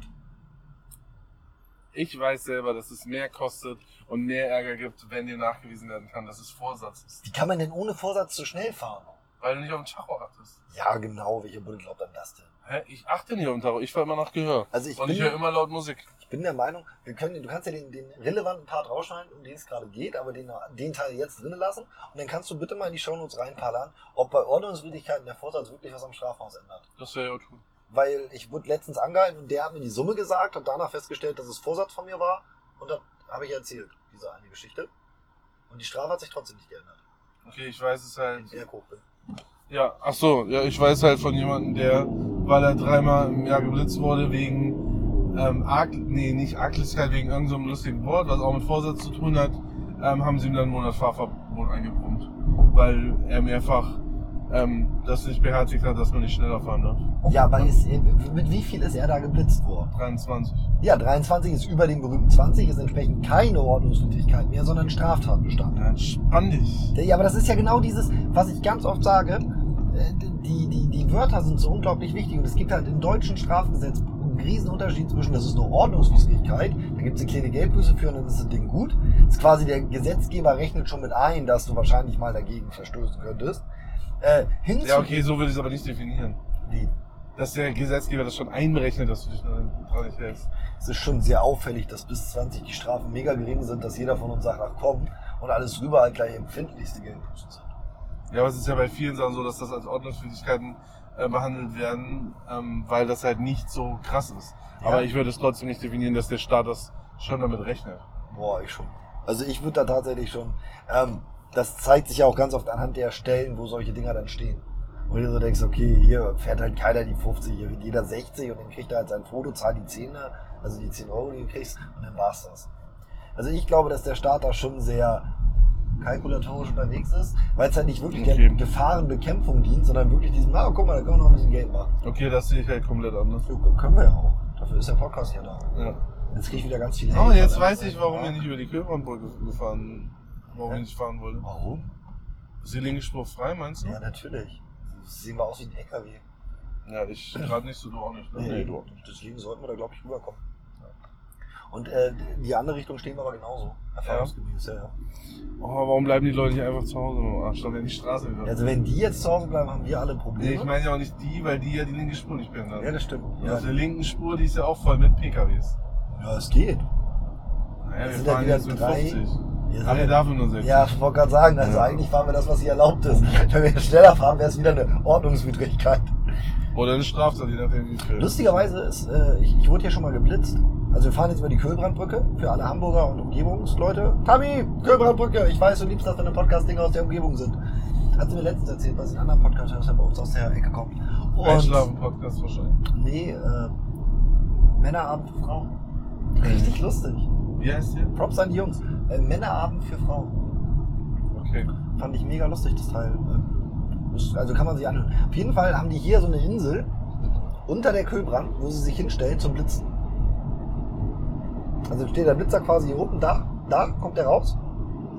C: ich weiß selber, dass es mehr kostet und mehr Ärger gibt, wenn dir nachgewiesen werden kann, dass es Vorsatz ist.
A: Wie kann man denn ohne Vorsatz so schnell fahren?
C: Weil du nicht auf den Tacho achtest.
A: Ja, genau. Welche Bude glaubt an das denn?
C: Hä? Ich achte nicht auf den Tacho, ich fahre immer nach Gehör.
A: Also ich
C: und
A: bin-
C: ich höre immer laut Musik.
A: Ich bin der Meinung, wir können, du kannst ja den, den relevanten Part rausschneiden, um den es gerade geht, aber den, den Teil jetzt drin lassen. Und dann kannst du bitte mal in die Shownotes reinpallern, ob bei Ordnungswidrigkeiten der Vorsatz wirklich was am Strafmaß ändert.
C: Das wäre ja gut.
A: Weil ich wurde letztens angehalten und der hat mir die Summe gesagt, habe danach festgestellt, dass es Vorsatz von mir war und das habe ich erzählt, diese eine Geschichte. Und die Strafe hat sich trotzdem nicht geändert,
C: Okay, ich weiß es halt.
A: wenn ich sehr hoch bin.
C: Ja, ach so, ja, ich weiß halt von jemandem, der, weil er dreimal im Jahr geblitzt wurde, wegen, ähm, Arg, nee, nicht Arglichkeit, wegen irgendeinem so einem lustigen Wort, was auch mit Vorsatz zu tun hat, ähm, haben sie ihm dann einen Monat Fahrverbot eingebrummt. Weil er mehrfach, ähm, das nicht beherzigt hat, dass man nicht schneller fahren darf.
A: Ja, aber ist, mit wie viel ist er da geblitzt worden?
C: 23.
A: Ja, 23 ist über dem berühmten 20, ist entsprechend keine Ordnungswidrigkeit mehr, sondern Straftatbestand.
C: Ja, entspann dich.
A: Ja, aber das ist ja genau dieses, was ich ganz oft sage, äh, die, die, die Wörter sind so unglaublich wichtig und es gibt halt im deutschen Strafgesetz einen riesen Unterschied zwischen, das ist eine Ordnungswidrigkeit, da gibt es eine kleine Geldbuße für und dann ist das Ding gut. Das ist quasi der Gesetzgeber rechnet schon mit ein, dass du wahrscheinlich mal dagegen verstößen könntest. Äh, hinzu
C: Ja, okay, so würde ich es aber nicht definieren. Dass der Gesetzgeber das schon einberechnet, dass du dich dran nicht hältst.
A: Es ist schon sehr auffällig, dass bis 20 die Strafen mega gering sind, dass jeder von uns sagt, ach komm, und alles drüber halt gleich empfindlichste Geldbußen sind.
C: Ja, aber es ist ja bei vielen Sachen so, dass das als Ordnungswidrigkeiten äh, behandelt werden, ähm, weil das halt nicht so krass ist.
A: Ja.
C: Aber ich würde es trotzdem nicht definieren, dass der Staat das schon damit rechnet.
A: Boah, ich schon. Also ich würde da tatsächlich schon. Ähm, das zeigt sich ja auch ganz oft anhand der Stellen, wo solche Dinger dann stehen. Und du so denkst, okay, hier fährt halt keiner die 50, hier wird jeder 60 und dann kriegt er halt sein Foto, zahlt die 10, also die 10 Euro, die du kriegst, und dann war's das. Also ich glaube, dass der Staat da schon sehr kalkulatorisch unterwegs ist, weil es halt nicht wirklich der
C: Okay.
A: Gefahrenbekämpfung dient, sondern wirklich diesem, ah, guck mal, da können wir noch ein bisschen Geld machen.
C: Okay, das sehe ich halt komplett anders.
A: Ja, können wir ja auch. Dafür ist der Podcast ja da.
C: Ja.
A: Jetzt krieg ich wieder ganz viel
C: Oh,
A: Hate
C: jetzt
A: von
C: weiß
A: der
C: ich, warum
A: Seite.
C: ihr nicht über die Kühlbrandbrücke gefahren Warum ich nicht fahren wollte.
A: Warum?
C: Ist die linke Spur frei, meinst du?
A: Ja, natürlich. Sehen wir aus wie ein LKW.
C: Oh, Ja, ich gerade nicht, so du auch nicht. Ne?
A: Deswegen sollten wir da, glaube ich, rüberkommen. Und äh, die andere Richtung stehen wir aber genauso. Erfahrungsgemäß, ja. ja.
C: Oh, warum bleiben die Leute nicht einfach zu Hause? Ach, dann wäre die Straße wieder.
A: Also, wenn die jetzt zu Hause bleiben, haben wir alle
C: nee,
A: Probleme.
C: ich meine ja auch nicht die, weil die ja die linke Spur nicht behindern.
A: ja, das stimmt.
C: Und
A: Ja,
C: Auf der linken Spur, die ist ja auch voll mit PKWs.
A: ja es geht.
C: Naja,
A: Das
C: wir
A: sind ja
C: fahren
A: wieder
C: jetzt mit
A: drei.
C: 50.
A: Wir sind
C: Ach, ihr
A: ja-
C: darf nur 60.
A: ja, ich wollte gerade sagen, also
C: Ja.
A: eigentlich fahren wir das, was hier erlaubt ist. Wenn wir jetzt schneller fahren, wäre es wieder eine Ordnungswidrigkeit.
C: Oder eine Straftat, je nachdem wie viel.
A: Lustigerweise ist, äh, ich, ich wurde hier schon mal geblitzt. Also wir fahren jetzt über die Kölbrandbrücke für alle Hamburger und Umgebungsleute. Tami, Kölbrandbrücke, ich weiß, du liebst das, wenn ein Podcast-Dinger aus der Umgebung sind. Hat sie mir letztens erzählt, was in anderen Podcast dass er bei uns aus der Ecke kommt. Und
C: Einschlafen-Podcast wahrscheinlich.
A: nee, äh, Männerabend für Frauen. Richtig lustig.
C: Wie heißt der?
A: Props an die Jungs. Äh, Männerabend für Frauen.
C: Okay.
A: Fand ich mega lustig, das Teil. Äh, ist- Also kann man sich anhören. Auf jeden Fall haben die hier so eine Insel unter der Kölbrand, wo sie sich hinstellen zum Blitzen. Also steht der Blitzer quasi hier oben, da, da kommt er raus.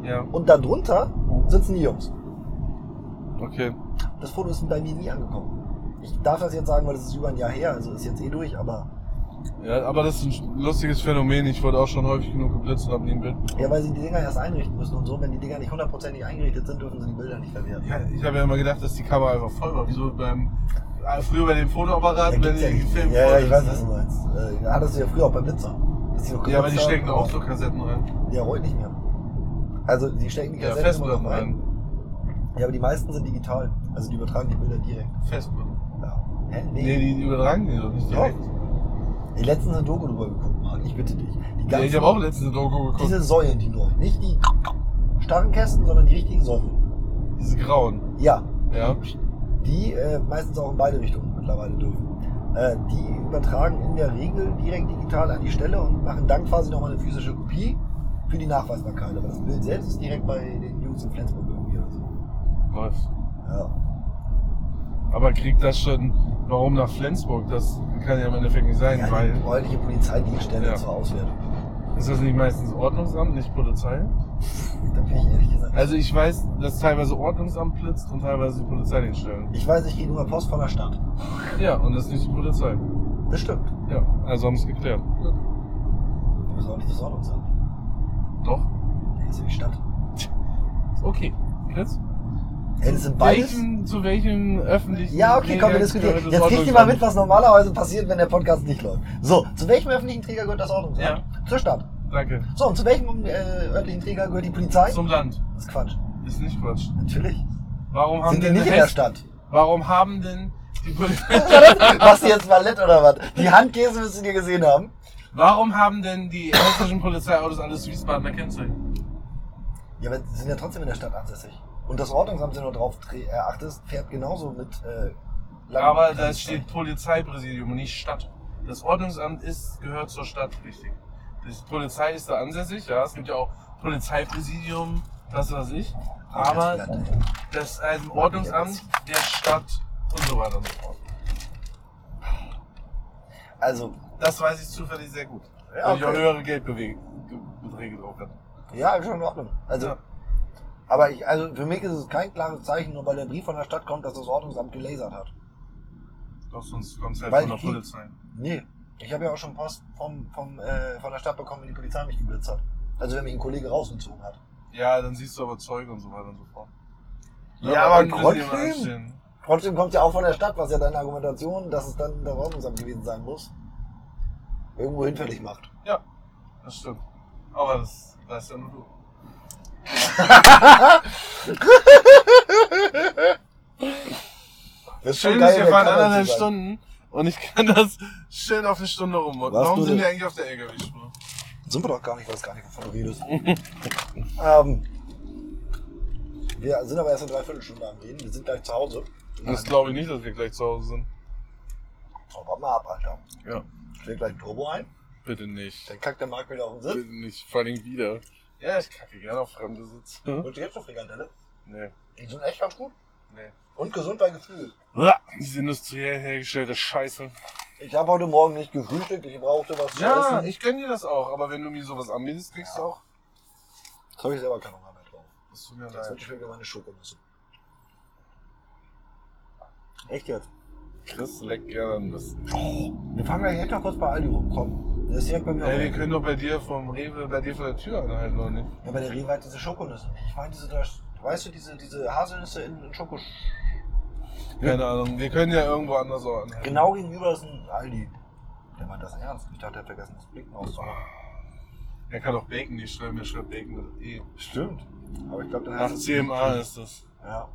C: Ja,
A: Und da drunter sitzen die Jungs.
C: okay.
A: Das Foto ist bei mir nie angekommen. Ich darf das jetzt sagen, weil es ist über ein Jahr her, also ist jetzt eh durch, aber
C: Ja, aber das ist ein lustiges Phänomen. Ich wurde auch schon häufig genug geblitzt und habe nie ein Bild bekommen.
A: ja, weil sie die Dinger erst einrichten müssen und so, wenn die Dinger nicht hundertprozentig eingerichtet sind, dürfen sie die Bilder nicht verwerten.
C: Ja, ich habe ja immer gedacht, dass die Kamera einfach voll war. Wieso beim, äh, früher bei dem Fotoapparat, wenn
A: gibt's
C: die
A: nicht.
C: gefilmt
A: ja, ja,
C: wurde.
A: ich weiß, was du meinst. Äh, ja, hattest du ja früher auch beim Blitzer. Dass noch
C: ne? Ja, aber die
A: geputzt
C: stecken
A: haben,
C: auch so Kassetten rein.
A: aber- Ja, heute nicht mehr. Also, die stecken die
C: Ja,
A: Kassetten immer
C: Festplatten
A: noch rein.
C: rein.
A: Ja, aber die meisten sind digital. Also, die übertragen die Bilder direkt.
C: Festplatten.
A: Ja. Hä? Nee.
C: Nee, die übertragen die doch nicht
A: Doch.
C: direkt.
A: Ey, letztens eine Doku drüber geguckt, Marc. Ich bitte dich. Die
C: Ja,
A: ganzen,
C: ich habe auch letztens eine Doku geguckt.
A: Diese Säulen, die nur. Nicht die starren Kästen, sondern die richtigen Säulen.
C: Diese grauen.
A: Ja,
C: Ja.
A: die äh, meistens auch in beide Richtungen mittlerweile dürfen. Äh, die übertragen in der Regel direkt digital an die Stelle und machen dann quasi nochmal eine physische Kopie für die Nachweisbarkeit. Aber das Bild selbst ist direkt bei den Jungs in Flensburg irgendwie oder so.
C: Läuft.
A: Ja.
C: Aber kriegt das schon, warum nach Flensburg? Das kann ja im Endeffekt nicht sein,
A: Ja,
C: weil
A: die bräuchliche Polizeidienststelle
C: Ja.
A: zur Auswertung.
C: ist das nicht meistens Ordnungsamt, nicht Polizei?
A: Da bin ich ehrlich gesagt.
C: Also ich weiß, dass teilweise Ordnungsamt blitzt und teilweise die Polizei den stellen.
A: ich weiß, ich kriege immer Post von der Stadt.
C: Ja, und das ist nicht die Polizei.
A: Bestimmt.
C: Ja, also haben es geklärt.
A: Wir müssen auch nicht das Ordnungsamt.
C: Doch.
A: Das ist ja die Stadt.
C: Ist Okay. Jetzt?
A: Ey, das sind beides.
C: Welchen, zu welchem öffentlichen...
A: Ja, okay, komm, wir
C: Träger um
A: diskutieren.
C: gehört das
A: Jetzt kriegt ihr mal
C: Ordnungsamt?
A: mit, was normalerweise passiert, wenn der Podcast nicht läuft. So, zu welchem öffentlichen Träger gehört das Ordnungsamt? Zur Stadt.
C: Danke.
A: So, und zu welchem äh, örtlichen Träger gehört die Polizei?
C: Zum Land.
A: das ist Quatsch.
C: Ist nicht Quatsch.
A: Natürlich.
C: Warum haben
A: Sind die
C: denn
A: nicht in der
C: Hess-
A: Stadt?
C: Warum haben denn die Polizei...
A: Machst du jetzt Ballett oder was? Die Handkäse müsst ihr gesehen haben.
C: Warum haben denn die hessischen Polizeiautos alles Wiesbadener Kennzeichen?
A: Ja, aber sie sind ja trotzdem in der Stadt ansässig. Und das Ordnungsamt, wenn du drauf tre- äh, achtest, fährt genauso mit äh, langen
C: Aber da
A: Bremsscheiben.
C: steht Polizeipräsidium und nicht Stadt. Das Ordnungsamt ist, gehört zur Stadt, richtig. Die Polizei ist da ansässig, ja. Es gibt ja auch Polizeipräsidium, das weiß ich.
A: Ach, jetzt
C: Aber
A: Platte.
C: das ist ein Ordnungsamt der Stadt und so weiter und so fort.
A: Also,
C: Das weiß ich zufällig sehr gut.
A: Ja,
C: Weil ich auch
A: okay.
C: höhere Geldbeträge drauf habe.
A: ja, schon in Ordnung. Also,
C: Ja.
A: aber ich, also für mich ist es kein klares Zeichen, nur weil der Brief von der Stadt kommt, dass das Ordnungsamt gelasert hat.
C: Doch, sonst kommt es halt
A: Weil
C: von der
A: ich die-
C: Polizei.
A: Nee. Ich habe ja auch schon Post vom, vom, äh, von der Stadt bekommen, wenn die Polizei mich geblitzt hat. Also wenn mich ein Kollege rausgezogen hat.
C: Ja, dann siehst du aber Zeuge und so weiter und so fort.
A: Ja,
C: Da
A: aber
C: kann ein bisschen
A: trotzdem.
C: was anstehen.
A: Trotzdem kommt ja auch von der Stadt, was ja deine Argumentation, dass es dann das Ordnungsamt gewesen sein muss, irgendwo hinfällig macht.
C: Das stimmt. Aber das weißt ja nur du.
A: Das ist
C: Schön ist, wir
A: der Cover
C: fahren
A: zu
C: anderthalb
A: sein.
C: Stunden und ich kann das schön auf eine Stunde rummocken.
A: Was
C: Warum
A: du
C: sind wir
A: denn-
C: eigentlich auf der LKW-Spur?
A: Sind wir doch gar nicht, ich weiß gar nicht, wovon du redest. ähm, wir sind aber erst in Dreiviertelstunde am Reden. Wir sind gleich zu Hause.
C: Das glaube ich nicht, dass wir gleich zu Hause sind.
A: Oh, warte mal ab, Alter.
C: Ja.
A: Ich will gleich ein Turbo ein.
C: Bitte nicht.
A: Dann kackt der Marc wieder auf den Sitz.
C: Bitte nicht, vor allem wieder. Ja, ich kacke gerne auf fremde Sitze.
A: Und jetzt noch Frikadelle.
C: Nee,
A: Die sind echt ganz gut.
C: nee.
A: Und gesund bei Gefühl.
C: Uah, Diese industriell hergestellte Scheiße.
A: Ich habe heute Morgen nicht gefrühstückt. Ich brauchte was zu
C: Ja,
A: essen.
C: ich gönne dir das auch, aber wenn du mir sowas anbietest, kriegst du auch.
A: Jetzt habe ich selber keine Hunger mehr drauf.
C: Das tut mir
A: Jetzt
C: leid.
A: wünsche ich mir wieder meine Schokonüsse. Echt jetzt?
C: Chris leckt gerne an das.
A: Wir fangen gleich echt noch kurz bei Aldi rum. Komm. Das ist direkt bei mir.
C: Ey, Äh, wir
A: Hey,
C: können doch bei dir vom Rewe, bei dir vor der Tür anhalten, oder nicht?
A: ja, bei der Rewe hat diese Schokonüsse. Ich meine, diese, da, weißt du, diese, diese Haselnüsse in, in Schoko.
C: Keine Ahnung, wir können ja irgendwo anders auch anhalten.
A: Genau gegenüber ist ein Aldi. Der meint das ernst. Ich dachte, er hat vergessen, das Blicken auszumachen.
C: Er kann auch Bacon nicht schreiben, er schreibt Bacon mit E.
A: Stimmt. Aber ich glaube, dann
C: Nach CMA ist das.
A: Ja.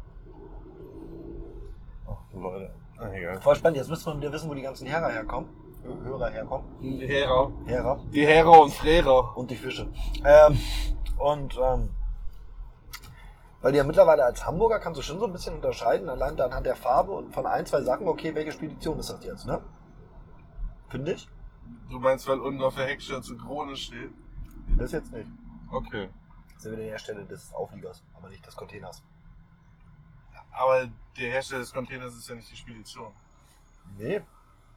C: Leute.
A: Ah,
C: Na egal.
A: Voll spannend. Jetzt müssen wir wieder wissen, wo die ganzen Hörer herkommen. Hö- Hörer herkommen.
C: Die Hera.
A: Hörer.
C: Die Hera und Frera.
A: Und die Fische. Ähm, und ähm, weil die ja mittlerweile als Hamburger kannst du schon so ein bisschen unterscheiden, allein anhand der Farbe und von ein, zwei Sachen, okay, welche Spedition ist das jetzt, ne? Finde ich?
C: Du meinst, weil unten auf der Heckschürze Krone steht?
A: Das jetzt nicht.
C: Okay.
A: Das ist wieder der Hersteller des Aufliegers, aber nicht des Containers.
C: Aber der Hersteller des Containers ist ja nicht die Spedition.
A: Nee.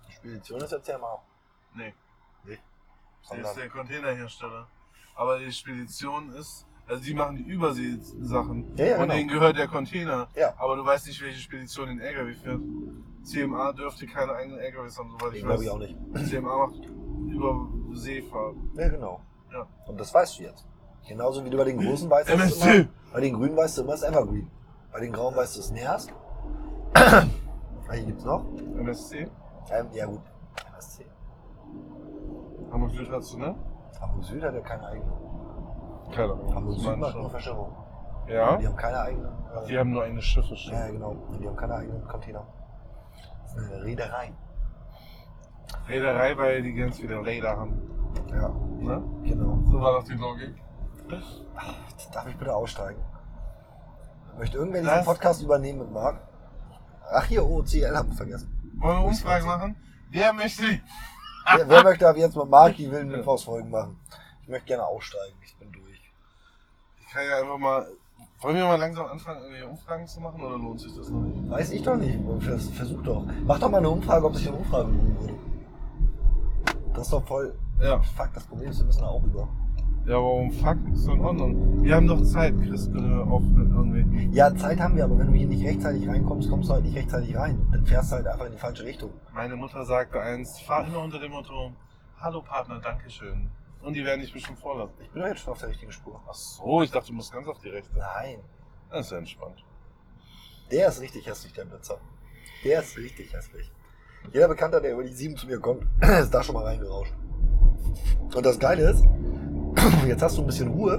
A: Die Spedition ist jetzt ja mal.
C: Nee, der
A: Sondern-
C: ist der Containerhersteller. Aber die Spedition ist, also die machen die Überseesachen.
A: Ja, ja,
C: und
A: genau.
C: denen gehört der Container.
A: Ja.
C: Aber du weißt nicht, welche Spedition den LKW fährt. CMA dürfte keine eigenen LKWs haben, soweit ich
A: Den
C: weiß.
A: glaube ich auch nicht.
C: CMA macht über Seefahrt.
A: Ja, genau.
C: Ja.
A: Und das weißt du jetzt. Genauso wie du bei den Großen weißt, dass es
C: MSC.
A: immer, bei den Grünen weißt du immer das Evergreen. Bei den Grauen weißt du es Nerst. Welche Ah, gibt's noch?
C: MSC?
A: Ähm, ja gut, MSC.
C: Hamburg Süd hast du, ne?
A: Hamburg Süd hat ja keine eigene.
C: Keine Ahnung.
A: Hamburg Süd macht nur
C: schon.
A: Verschiffung.
C: Ja?
A: Die haben keine eigenen. Äh,
C: Die haben nur eine Schiffe schon.
A: ja, genau. Die haben keine eigenen Container. Das ist eine Reederei.
C: Reederei, weil die ganz viele Räder haben.
A: Ja,
C: Ne?
A: genau.
C: So war doch die Logik.
A: Darf ich bitte aussteigen? Möchte irgendwer
C: Das-
A: diesen Podcast übernehmen mit Marc? Ach hier, OCL haben wir vergessen.
C: Wollen wir Umfragen machen? Wer möchte?
A: Wer, wer möchte ab jetzt mit Marc die wilden Windfaustfolgen machen? Ich möchte gerne aussteigen. Ich bin durch.
C: Ich kann ja einfach mal. Wollen wir mal langsam anfangen, irgendwie Umfragen zu machen oder lohnt sich das noch nicht?
A: Weiß ich doch nicht. Vers- Versuch doch. Mach doch mal eine Umfrage, ob sich eine Umfrage lohnen würde. Das ist doch voll.
C: Ja.
A: Fuck, das Problem ist, wir müssen da auch über.
C: Ja, warum fuck? Ist doch in Ordnung. Wir haben doch Zeit, Chris, bitte auf mit irgendwie.
A: Ja, Zeit haben wir, aber wenn du hier nicht rechtzeitig reinkommst, kommst du halt nicht rechtzeitig rein. Dann fährst du halt einfach in die falsche Richtung.
C: Meine Mutter sagte einst, fahr immer unter dem Motto, hallo Partner, Dankeschön. Und die werden dich bestimmt vorlassen.
A: Ich bin doch jetzt schon auf der richtigen Spur.
C: Ach so, ich dachte, du musst ganz auf die Rechte.
A: Nein.
C: Das ist ja entspannt.
A: Der ist richtig hässlich, der Blitzer. Der ist richtig hässlich. Jeder Bekannter, der über die 7 zu mir kommt, ist da schon mal reingerauscht. Und das Geile ist, jetzt hast du ein bisschen Ruhe,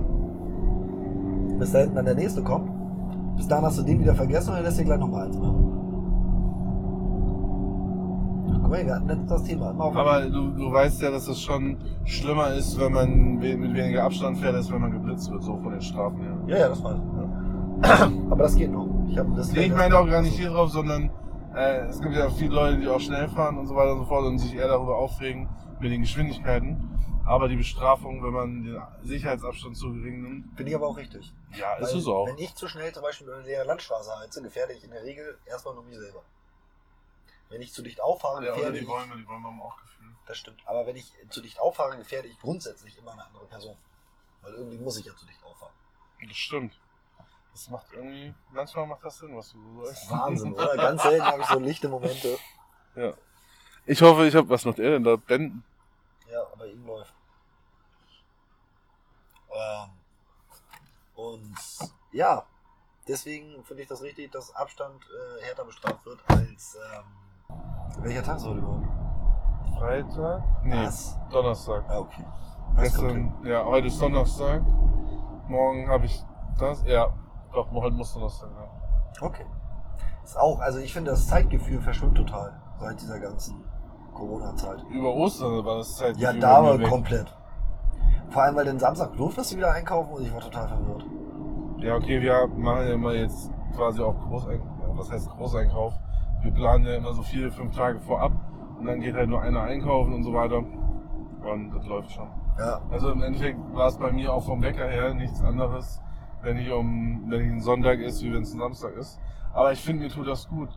A: bis da hinten dann der nächste kommt. Bis dahin hast du den wieder vergessen und dann lässt dir gleich nochmal eins machen. Guck mal, wir hatten letztens das Thema. Immer auf
C: Aber du, du weißt ja, dass es schon schlimmer ist, wenn man we- mit weniger Abstand fährt, als wenn man geblitzt wird, so von den Strafen her.
A: ja, ja, das war's. Aber das geht noch. Ich habe das.
C: Nee, ich meine auch gar nicht hier drauf, sondern äh, es gibt ja viele Leute, die auch schnell fahren und so weiter und so fort und sich eher darüber aufregen mit den Geschwindigkeiten. Aber die Bestrafung, wenn man den Sicherheitsabstand zu gering nimmt,
A: Finde ich aber auch richtig.
C: ja, ist
A: Weil,
C: es auch.
A: Wenn ich zu schnell zum Beispiel über eine leere Landstraße heize, gefährde ich in der Regel erstmal nur mich selber. Wenn ich zu dicht auffahre,
C: Ja, oder
A: gefährde
C: die
A: ich.
C: Bäume, die Bäume haben auch Gefühl.
A: Das stimmt. Aber wenn ich zu dicht auffahre, gefährde ich grundsätzlich immer eine andere Person. Weil irgendwie muss ich ja zu dicht auffahren.
C: Das stimmt. Das macht irgendwie, manchmal macht das Sinn, was du so sagst.
A: Wahnsinn, oder? Ganz selten habe ich so lichte Momente.
C: Ich hoffe, ich habe, was macht er denn da? Ben,
A: Ja, aber ihm läuft. Ähm, und ja, deswegen finde ich das richtig, dass Abstand äh, härter bestraft wird als. Ähm, welcher Tag ist heute überhaupt?
C: Freitag? Nee,
A: Was?
C: Donnerstag.
A: Ah, okay. Was kommt hin?
C: Gestern, ja, heute ist Donnerstag. Morgen habe ich das, ja, doch, heute muss Donnerstag sein.
A: Okay. Ist auch, also ich finde, das Zeitgefühl verschwimmt total seit dieser ganzen Corona-Zeit.
C: Über Ostern war das halt
A: Ja,
C: über
A: da
C: mir
A: war
C: weg.
A: komplett. Vor allem, weil den Samstag durftest du wieder einkaufen und ich war total verwirrt.
C: Ja, okay, wir machen ja immer jetzt quasi auch Großeinkauf. Was heißt Großeinkauf? Wir planen ja immer so vier, fünf Tage vorab und dann geht halt nur einer einkaufen und so weiter. Und das läuft schon.
A: Ja,
C: Also im Endeffekt war es bei mir auch vom Wecker her nichts anderes, wenn ich um, wenn ich ein Sonntag ist, wie wenn es ein Samstag ist. Aber ich finde, mir tut das gut.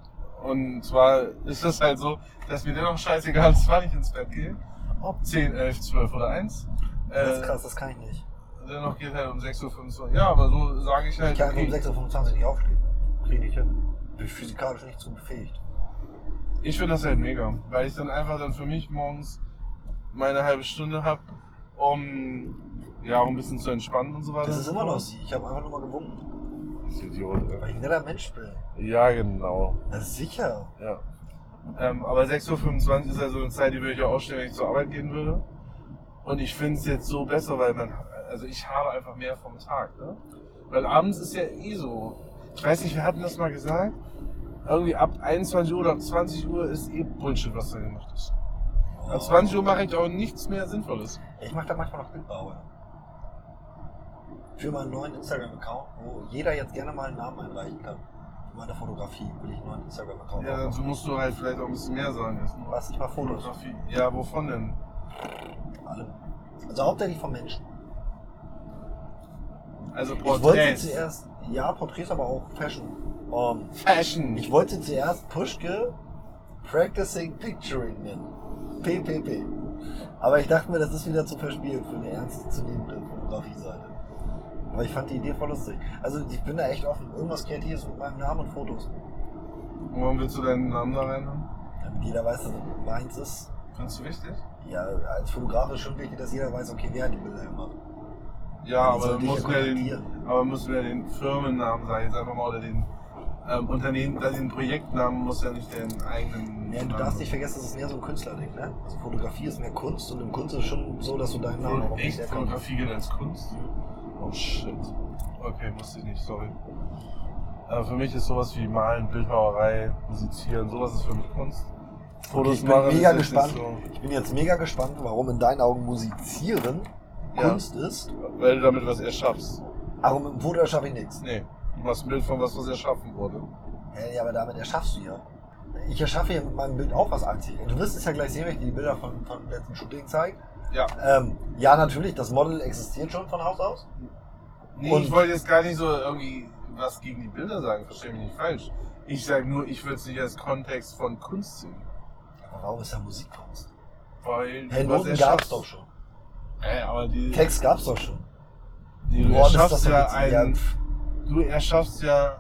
C: Und zwar ist es halt so, dass mir dennoch scheißegal ist, wann ich ins Bett gehe. Ob 10, 11, 12 oder 1.
A: das ist
C: Äh,
A: krass, das kann ich nicht.
C: Dennoch geht halt um 6.25 Uhr. Ja, aber so sage ich halt.
A: Ich kann
C: okay,
A: um 6.25 Uhr nicht aufstehen. Krieg ich hin. Bin ich physikalisch nicht zu befähigt.
C: Ich finde das halt mega, weil ich dann einfach dann für mich morgens meine halbe Stunde habe, um ja auch ein bisschen zu entspannen und so weiter.
A: Das ist immer noch sie. Ich habe einfach nur mal gewunken.
C: Das ist Idiot,
A: Weil ich ein netter Mensch bin.
C: ey. Ja, genau.
A: Das ist sicher.
C: Ja. Ähm, aber 6.25 Uhr ist ja so eine Zeit, die würde ich ja aufstehen, wenn ich zur Arbeit gehen würde. Und ich finde es jetzt so besser, weil man, also ich habe einfach mehr vom Tag, ne? Weil abends ist ja eh so. Ich weiß nicht, wir hatten das mal gesagt. Irgendwie ab 21 Uhr oder ab 20 Uhr ist eh Bullshit, was da gemacht ist. Ab 20 Uhr mache ich auch nichts mehr Sinnvolles.
A: Ich mache da manchmal noch Bildbauer. Für meinen neuen Instagram-Account, wo jeder jetzt gerne mal einen Namen einreichen kann. Für meine Fotografie will ich einen neuen Instagram-Account
C: Ja,
A: machen.
C: dazu musst du halt vielleicht auch ein bisschen mehr sagen. Jetzt nur
A: Was ich mal Fotos.
C: Fotografie. Ja, wovon denn?
A: Allem. Also hauptsächlich von Menschen.
C: Also
A: Ich wollte
C: Porträts.
A: zuerst, ja, Porträts, aber auch Fashion. Ähm,
C: Fashion.
A: ich wollte zuerst Pushke Practicing Picturing nennen. PPP. Aber ich dachte mir, das ist wieder zu verspielt für eine ernstzunehmende Fotografie-Seite. Aber ich fand die Idee voll lustig. Also ich bin da echt offen. Irgendwas Kreatives mit meinem Namen und Fotos.
C: Und warum willst du deinen Namen da reinhaben?
A: Damit jeder weiß, dass es meins ist.
C: Findest du wichtig?
A: Ja, als Fotograf ist schon wichtig, dass jeder weiß, okay, wer hat die Bilder gemacht.
C: Ja,
A: Die
C: aber
A: sollen
C: dann
A: dich
C: musst du ja den,
A: kontaktieren.
C: aber musst du ja den Firmennamen, sag ich jetzt einfach mal, oder den ähm, Unternehmen, also den Projektnamen musst du ja nicht den eigenen.
A: Ja, du darfst nicht vergessen, das ist mehr so ein Künstlerding, ne? Also Fotografie ist mehr Kunst und im Kunst ist schon so, dass du deinen Namen
C: Namen.
A: auch
C: Echt?
A: nicht erkennst.
C: Fotografie gilt als Kunst? Oh shit. Okay, musste ich nicht, sorry. Äh, für mich ist sowas wie Malen, Bildhauerei, Musizieren, sowas ist für mich Kunst. Fotos
A: ich bin
C: machen
A: mega
C: ist jetzt
A: gespannt.
C: Nicht
A: Ich bin jetzt mega gespannt, warum in deinen Augen Musizieren
C: Ja.
A: Kunst ist,
C: so, weil du damit was erschaffst.
A: aber mit dem Foto erschaffe ich nichts.
C: Nee, du machst ein Bild von was, was erschaffen wurde.
A: Hä, Ja, aber damit erschaffst du ja. Ich erschaffe ja mit meinem Bild auch was Einziges. Du wirst es ja gleich sehen, wenn ich dir die Bilder von, von dem letzten Shooting zeige.
C: Ja.
A: Ähm, ja, natürlich, das Model existiert schon von Haus aus.
C: Nee,
A: Und-
C: ich wollte jetzt gar nicht so irgendwie was gegen die Bilder sagen, verstehe mich nicht falsch. Ich sage nur, ich würde es nicht als Kontext von Kunst sehen.
A: Aber warum ist ja Musik Kunst?
C: Weil
A: Hey,
C: du was
A: Noten gab es
C: erschaffst.
A: doch schon.
C: Ey, aber die,
A: Text gab es doch schon.
C: die du
A: Worten ist
C: erschaffst
A: doch
C: ja
A: jetzt-
C: einen, du erschaffst ja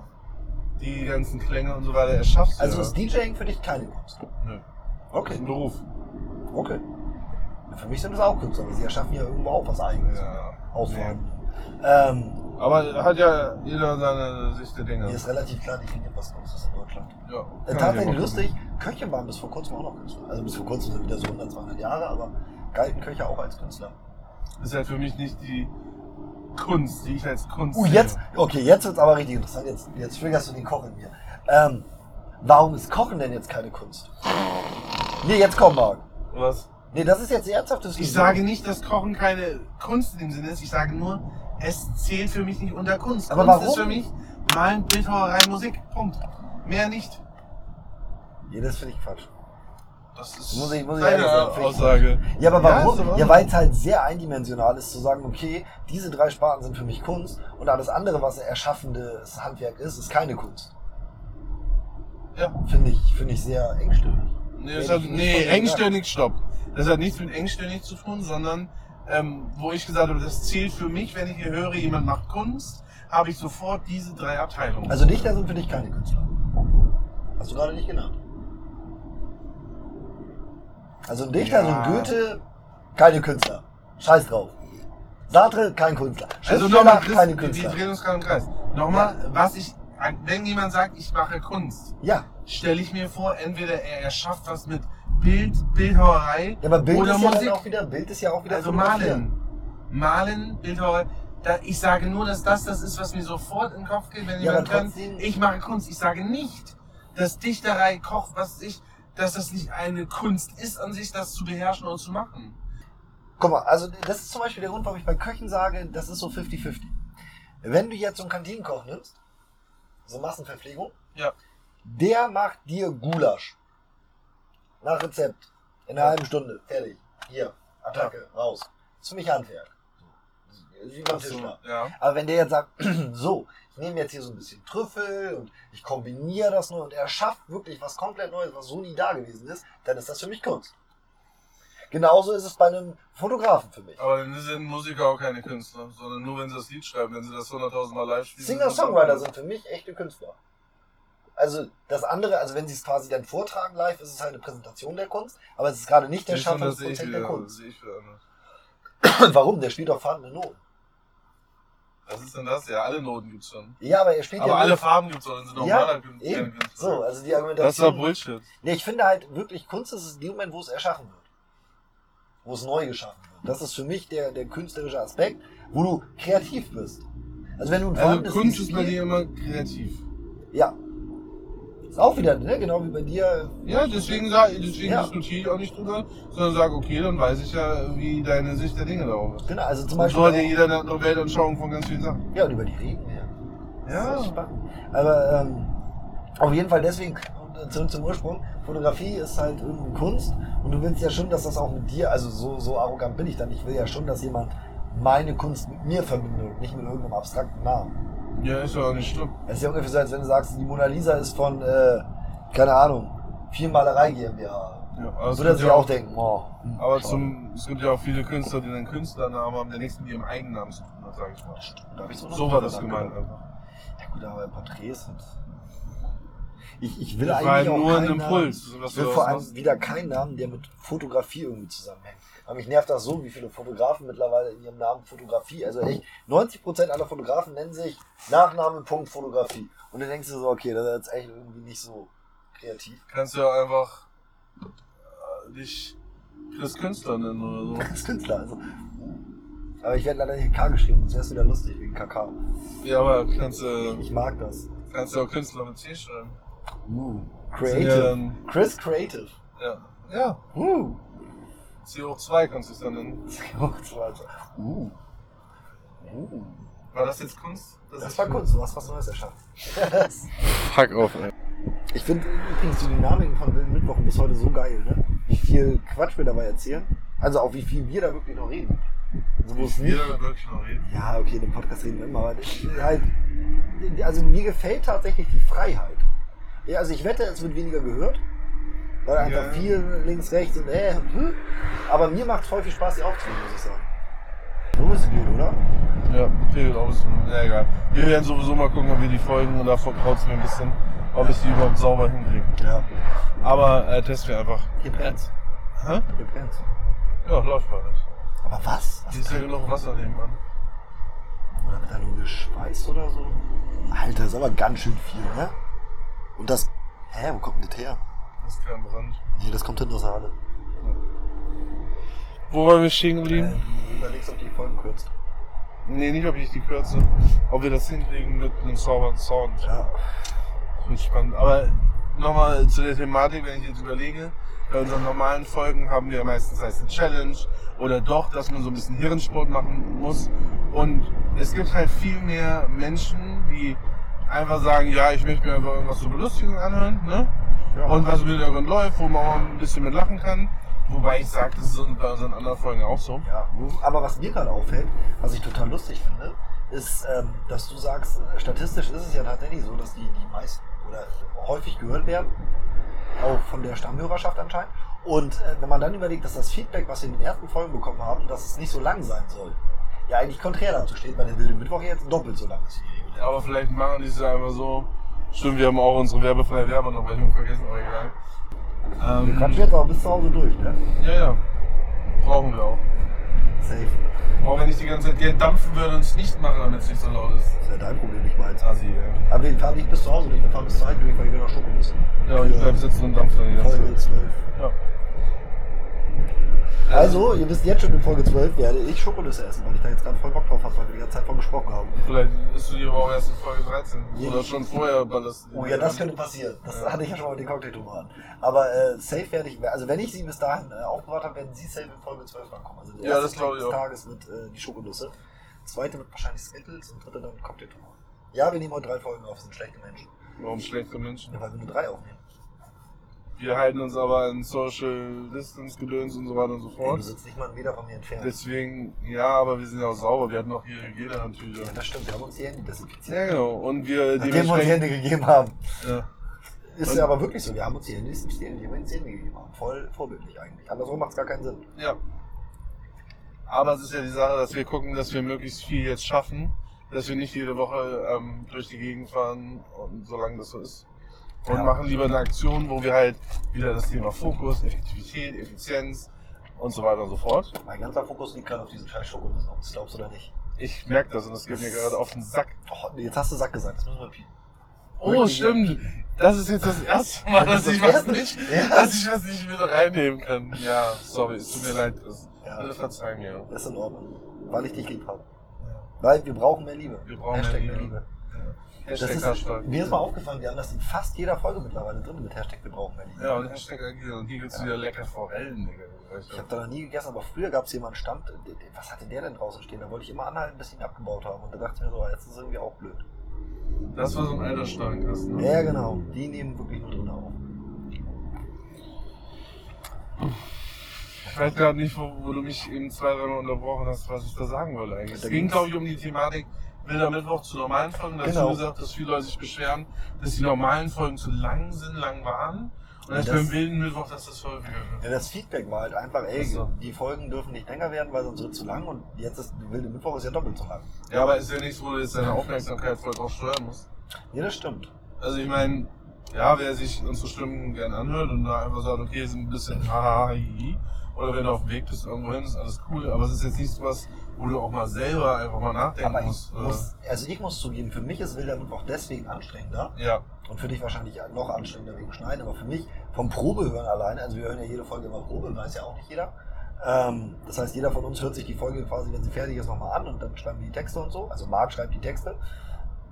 C: die ganzen Klänge und so weiter, erschaffst
A: Also
C: ja.
A: ist DJing für dich keine Kunst?
C: Nö. ist
A: Okay,
C: ein Beruf.
A: okay. Ja, Für mich sind das auch Künstler, aber sie erschaffen ja irgendwo auch was Eigenes.
C: Ja.
A: Auswahl. Ähm,
C: Nee. Aber hat ja jeder seine Sicht der Dinge.
A: mir ist relativ klar definiert, was Kunst ist in Deutschland.
C: Ja,
A: Äh,
C: kann ich aber
A: tatsächlich
C: auch
A: lustig, Köche waren bis vor kurzem auch noch Künstler. Also bis vor kurzem sind wieder so 100, 200 Jahre, aber galten Köche auch als Künstler.
C: nicht. Ist halt für mich nicht die Kunst, die ich als Kunst
A: Uh,
C: sehe.
A: jetzt, okay, jetzt wird's aber richtig interessant. Jetzt, jetzt triggerst du den Koch in mir. Ähm, warum ist Kochen denn jetzt keine Kunst? Nee, jetzt komm, Marc.
C: Was?
A: Nee, das ist jetzt ernsthaftes
C: Ich sage nicht, dass Kochen keine Kunst in dem Sinne ist. Ich sage nur, es zählt für mich nicht unter Kunst.
A: Aber
C: Kunst
A: warum?
C: ist für mich, Malen, Bildhauerei, Musik. Punkt. Mehr nicht.
A: Ja, das finde ich Quatsch.
C: Das ist
A: Muss ich- muss ich
C: deine
A: ehrlich sagen, finde ich-
C: Aussage.
A: Ja, aber
C: Ja,
A: warum?
C: ist
A: Ja,
C: aber-
A: weil es halt sehr eindimensional ist, zu sagen, okay, diese drei Sparten sind für mich Kunst und alles andere, was erschaffendes Handwerk ist, ist keine Kunst.
C: Ja.
A: Finde ich, finde ich sehr engstirnig.
C: Nee, das hat, nee engstirnig, stopp. Das hat nichts mit engstirnig zu tun, sondern ähm, wo ich gesagt habe, das Ziel für mich, wenn ich hier höre, jemand macht Kunst, habe ich sofort diese drei Abteilungen.
A: Also Dichter sind für dich keine Künstler. Hast du gerade nicht genannt. Also ein Dichter
C: Ja.
A: sind Goethe, keine Künstler. Scheiß drauf. Sartre, kein Künstler.
C: Also
A: Schriftsteller,
C: nochmal, Chris,
A: keine
C: die
A: Künstler.
C: drehen uns gerade im Kreis. Nochmal, was ich, wenn jemand sagt, ich mache Kunst,
A: Ja,
C: stelle ich mir vor, entweder er erschafft was mit Bild, Bildhauerei
A: ja, aber Bild
C: oder
A: ist ja dann
C: Musik.
A: auch wieder, Bild ist ja auch wieder
C: also
A: fotografieren.
C: malen. Malen, Bildhauerei. Da, ich sage nur, dass das das ist, was mir sofort in den Kopf geht, wenn
A: Ja,
C: jemand
A: aber
C: kann.
A: trotzdem-
C: Ich mache Kunst. Ich sage nicht, dass Dichterei, Koch, was weiß ich, dass das nicht eine Kunst ist an sich, das zu beherrschen und zu machen.
A: Guck mal, also das ist zum Beispiel der Grund, warum ich bei Köchen sage, das ist so 50-50. Wenn du jetzt so einen Kantinenkoch nimmst, so Massenverpflegung,
C: Ja.
A: der macht dir Gulasch. Nach Rezept. In einer halben Stunde. Fertig. Hier. Attacke. Raus. Das ist für mich Handwerk. So. Wie beim Tischler.
C: ja.
A: Aber wenn der jetzt sagt, so, ich nehme jetzt hier so ein bisschen Trüffel und ich kombiniere das neu und er schafft wirklich was komplett Neues, was so nie da gewesen ist, dann ist das für mich Kunst. Genauso ist es bei einem Fotografen für mich.
C: Aber dann sind Musiker auch keine Künstler, sondern nur wenn sie das Lied schreiben, wenn sie das 100.000 Mal live spielen.
A: Singer-Songwriter sind für mich echte Künstler. Also das andere, also wenn sie es quasi dann vortragen live, ist es halt eine Präsentation der Kunst, aber es ist gerade nicht der
C: der Schaffner sehe ich
A: Schaffungsprozess der
C: wieder,
A: Kunst.
C: sehe ich wieder ne? anders.
A: Warum? Der spielt doch vorhandene Noten.
C: Was ist denn das? Ja, alle Noten gibt's schon.
A: Ja, aber er spielt
C: Aber
A: ja
C: alle
A: nur-
C: Farben gibt's schon, dann sind
A: Ja,
C: normale Kün- keine
A: eben.
C: Künstler.
A: So, also die
C: das ist doch
A: Argumentation.
C: Bullshit.
A: Nee, ich finde halt wirklich, Kunst ist es in dem Moment, wo es erschaffen wird. Wo es neu geschaffen wird. Das ist für mich der, der künstlerische Aspekt, wo du kreativ bist. Also wenn du ein
C: Also
A: vorhandenes
C: Kunst ist bei
A: Spiel-
C: dir immer kreativ.
A: Ja. Ist auch wieder, ne? genau wie bei dir. äh,
C: Ja, deswegen, sag, deswegen
A: Ja.
C: diskutiere ich auch nicht drüber, sondern sage, okay, dann weiß ich ja, wie deine Sicht der Dinge darauf ist.
A: Genau, also zum
C: Und
A: Beispiel.
C: so hat ja jeder eine andere Weltanschauung von ganz vielen Sachen.
A: Ja, und über die reden wir. Das ist
C: Ja.
A: spannend. Aber ähm, auf jeden Fall deswegen, und zurück zum Ursprung, Fotografie ist halt irgendwie Kunst und du willst ja schon, dass das auch mit dir, also so, so arrogant bin ich dann, ich will ja schon, dass jemand meine Kunst mit mir verbindet und nicht mit irgendeinem abstrakten Namen.
C: Ja, ist ja auch nicht schlimm.
A: Es ist ja ungefähr so, als wenn du sagst, die Mona Lisa ist von, äh, keine Ahnung, vier Malerei GmbH.
C: Ja, aber es
A: Würde er
C: gibt
A: sich
C: ja
A: auch denken, oh. hm,
C: Aber
A: schade.
C: zum, es gibt ja auch viele Künstler, die einen Künstlernamen haben, der nichts mit ihrem eigenen Namen zu tun hat, sage ich mal.
A: Da hab ich noch
C: So
A: nicht
C: war das
A: dran
C: gemeint also.
A: gedacht.
C: einfach.
A: Ja gut, aber Porträts sind... Ich, ich will
C: Das war
A: eigentlich
C: ja
A: auch
C: nur ein
A: keinen
C: Impuls,
A: Namen,
C: was
A: ich will
C: du
A: vor
C: daraus
A: allem
C: machst.
A: wieder keinen Namen, der mit Fotografie irgendwie zusammenhängt. Aber mich nervt das so, wie viele Fotografen mittlerweile in ihrem Namen Fotografie, also echt 90% aller Fotografen nennen sich Nachname Punkt Fotografie. Und dann denkst du so, okay, das ist jetzt echt irgendwie nicht so kreativ.
C: Kannst du ja einfach äh, dich Chris Künstler nennen oder so.
A: Als Künstler, also. Aber ich werde leider nicht K geschrieben, sonst wär's wieder lustig wegen KK.
C: Ja, aber kannst du
A: Ich mag das.
C: kannst du auch Künstler mit C schreiben.
A: Uh,
C: Ja,
A: creative.
C: dann-
A: Chris Creative.
C: ja. ja.
A: Uh.
C: CO2 kannst du es dann nennen.
A: Uh.
C: War das jetzt Kunst?
A: Das war Kunst, du hast was Neues erschaffen.
C: Fuck off, eh? ey.
A: Ich finde übrigens die Dynamiken von Wilden Mittwochen bis heute so geil, ne? Wie viel Quatsch wir dabei erzählen. Also auch wie viel wir da wirklich noch reden. Also wo es
C: Wir
A: nicht.
C: wirklich noch reden.
A: Ja, okay, den Podcast reden wir immer, aber ich, halt, also mir gefällt tatsächlich die Freiheit. Ja, also ich wette, es wird weniger gehört. Weil einfach
C: Ja.
A: viel links, rechts und äh, hm. Aber mir macht voll viel Spaß, die aufzunehmen, muss ich sagen. So ist es gut, oder?
C: Ja, fehlt auch ein bisschen. Ja, egal. Wir werden sowieso mal gucken, ob wir die Folgen und davor kraut mir ein bisschen, ob ich die überhaupt sauber hinkriege.
A: Ja.
C: Aber äh, testen wir einfach.
A: Hier brennt's.
C: Hä?
A: Hier brennt's.
C: Ja, läuft mal nicht.
A: Aber was?
C: Hier ist ja genug Wasser nebenan.
A: Oder wird da nur geschweißt oder so? Alter, ist aber ganz schön viel, ne? Und das. Hä, wo kommt denn das her?
C: Das ist kein Brand.
A: Nee, das kommt hinten aus der Halle.
C: Wo waren wir stehen geblieben?
A: Ähm, überlegst, ob du die Folgen kürzt.
C: Nee, nicht, ob ich die kürze. Ob wir das hinkriegen mit einem sauberen Sound.
A: Ja.
C: Finde ich spannend. Aber nochmal zu der Thematik, wenn ich jetzt überlege, bei unseren normalen Folgen haben wir meistens heißt eine Challenge oder doch, dass man so ein bisschen Hirnsport machen muss. Und es gibt halt viel mehr Menschen, die einfach sagen, ja, ich möchte mir einfach irgendwas zur Belustigung anhören, ne? Und was im Hintergrund läuft, wo man auch ein bisschen mit lachen kann. Wobei ich sage, das ist in- bei unseren anderen Folgen auch so.
A: Ja, aber was mir gerade auffällt, was ich total lustig finde, ist, ähm, dass du sagst, statistisch ist es ja tatsächlich so, dass die, die meisten oder häufig gehört werden, auch von der Stammhörerschaft anscheinend. Und äh, wenn man dann überlegt, dass das Feedback, was wir in den ersten Folgen bekommen haben, dass es nicht so lang sein soll, ja eigentlich konträr dazu steht, weil der wilde Mittwoch ja jetzt doppelt so lang ist. wie die reguläre.
C: Aber vielleicht machen die es ja einfach so. Stimmt, wir haben auch unsere werbefreie Werbung noch Rechnung vergessen, aber egal.
A: Wir quatschen
C: Ähm,
A: jetzt auch bis zu Hause durch, ne?
C: ja, ja. Brauchen wir auch.
A: Safe.
C: Auch wenn ich die ganze Zeit Geld dampfen würde und es nicht mache, damit es nicht so laut ist.
A: Das ist ja dein Problem, nicht meins.
C: Assi, ey.
A: Aber wir fahren nicht bis zu Hause durch, wir fahren bis zur Zeit durch, weil wir noch Schoko müssen.
C: Ja, und ich bleib sitzen und dampfe dann die ganze
A: Folge
C: Zeit.
A: 12.
C: Ja.
A: Also, ihr wisst jetzt schon, in Folge 12 werde ich Schokolüsse essen, weil ich da jetzt gerade voll Bock drauf habe, weil wir die ganze Zeit von gesprochen haben.
C: Vielleicht bist du die aber auch erst in Folge 13.
A: Ja.
C: Oder schon vorher ballastet.
A: Oh ja, das könnte passieren. Das
C: Ja.
A: hatte ich ja schon mal mit den Cocktailtomaten. Aber äh, safe werde ich, also wenn ich sie bis dahin äh, aufbewahrt habe, werden sie safe in Folge 12 rankommen. Also der
C: Ja,
A: erste
C: das glaube ich
A: des
C: auch.
A: Tages wird äh, die Schokolüsse, zweite wird wahrscheinlich Skittles und dritte dann Cocktailtomaten. Ja, wir nehmen heute drei Folgen auf, sind schlechte Menschen.
C: Warum schlechte Menschen?
A: Ja, weil wir nur drei aufnehmen.
C: Wir halten uns aber an Social Distance Gedöns und so weiter und so
A: Ey, du
C: fort.
A: sitzt nicht mal einen Meter von mir entfernt. Das,
C: Deswegen, ja, aber wir sind ja auch sauber. Wir hatten auch hier Hygienehandtücher.
A: ja, das stimmt, wir haben uns die Hände desinfiziert.
C: Ja, genau. Und wir
A: Nachdem wir uns die Hände gegeben haben.
C: Ja.
A: Ist
C: Und-
A: ja aber wirklich so. Wir haben uns die Hände gegeben, die haben uns die Hände gegeben. haben. Voll vorbildlich eigentlich. Andersrum macht es gar keinen Sinn.
C: ja. Aber es ist ja die Sache, dass wir gucken, dass wir möglichst viel jetzt schaffen. Dass wir nicht jede Woche ähm, durch die Gegend fahren, und solange das so ist. Und
A: Ja.
C: machen lieber eine Aktion, wo wir halt wieder das Thema Fokus, Effektivität, Effizienz und so weiter und so fort.
A: Mein ganzer Fokus liegt gerade auf diesen scheiß Schokolade. Ob du es glaubst oder nicht.
C: Ich merke das und das geht mir gerade auf den Sack.
A: Oh, nee, jetzt hast du Sack gesagt. Das müssen wir piepen.
C: Oh, stimmt. Das ist jetzt das erste Mal, dass
A: Das
C: ich
A: ist
C: was
A: das
C: nicht,
A: Ja.
C: dass ich was nicht mit reinnehmen kann. Ja, sorry, es tut mir leid. Das,
A: Ja.
C: Alle verzeihen mir.
A: Das ist in Ordnung. Weil ich dich lieb habe. Weil wir brauchen mehr Liebe.
C: Wir brauchen
A: Hashtag
C: mehr
A: mehr
C: Liebe.
A: Liebe. Das
C: Hashtag
A: ist,
C: Hashtag.
A: mir ist mal aufgefallen, wir haben das in fast jeder Folge mittlerweile drin mit Hashtag wir brauchen mehr Liebe.
C: Ja, und Hashtag agil. Und hier gibt's wieder lecker Forellen, Digga. Weißt
A: Ich
C: du?
A: habe da noch nie gegessen, aber früher gab es hier mal einen Stand. der- der- Was hatte der denn draußen stehen? Da wollte ich immer anhalten, bis sie ihn abgebaut haben. Und da dachte ich mir so, ah, jetzt ist es irgendwie auch blöd.
C: Das war so ein alter Steinkasten. Ne?
A: Ja, genau. Die nehmen wirklich nur drin auf.
C: Ich weiß gerade nicht, wo, wo du mich eben zwei, dreimal unterbrochen hast, was ich da sagen wollte eigentlich.
A: Da
C: Es ging,
A: ging's-
C: glaube ich, um die Thematik Wilder Mittwoch zu normalen Folgen. Da hast du
A: Genau.
C: gesagt, dass viele Leute sich beschweren, dass die normalen Folgen zu lang sind, lang waren. Und dass
A: Das-
C: beim Wilden Mittwoch, dass das häufiger wird.
A: Ja, das Feedback war halt einfach, ey,
C: Ach so.
A: die Folgen dürfen nicht länger werden, weil sonst wird es zu lang und jetzt ist die wilde Mittwoch ist ja doppelt so lang.
C: Ja, aber ist ja nichts, wo du jetzt deine Aufmerksamkeit voll drauf steuern musst.
A: Ja, das stimmt.
C: Also ich meine, ja, wer sich unsere Stimmen gern anhört und da einfach sagt, okay, ist ein bisschen haha, hihi, oder wenn du auf dem Weg bist irgendwo hin, ist alles cool, aber es ist jetzt nichts was, wo du auch mal selber einfach mal nachdenken
A: Aber ich
C: musst. oder?
A: muss, also ich muss zugeben, für mich ist wilder Mittwoch deswegen anstrengender
C: ja,
A: und für dich wahrscheinlich noch anstrengender wegen Schneiden, aber für mich vom Probehören alleine, also wir hören ja jede Folge immer Probe, weiß ja auch nicht jeder. Ähm, das heißt, jeder von uns hört sich die Folge quasi, wenn sie fertig ist, nochmal an und dann schreiben wir die Texte und so. Also Marc schreibt die Texte.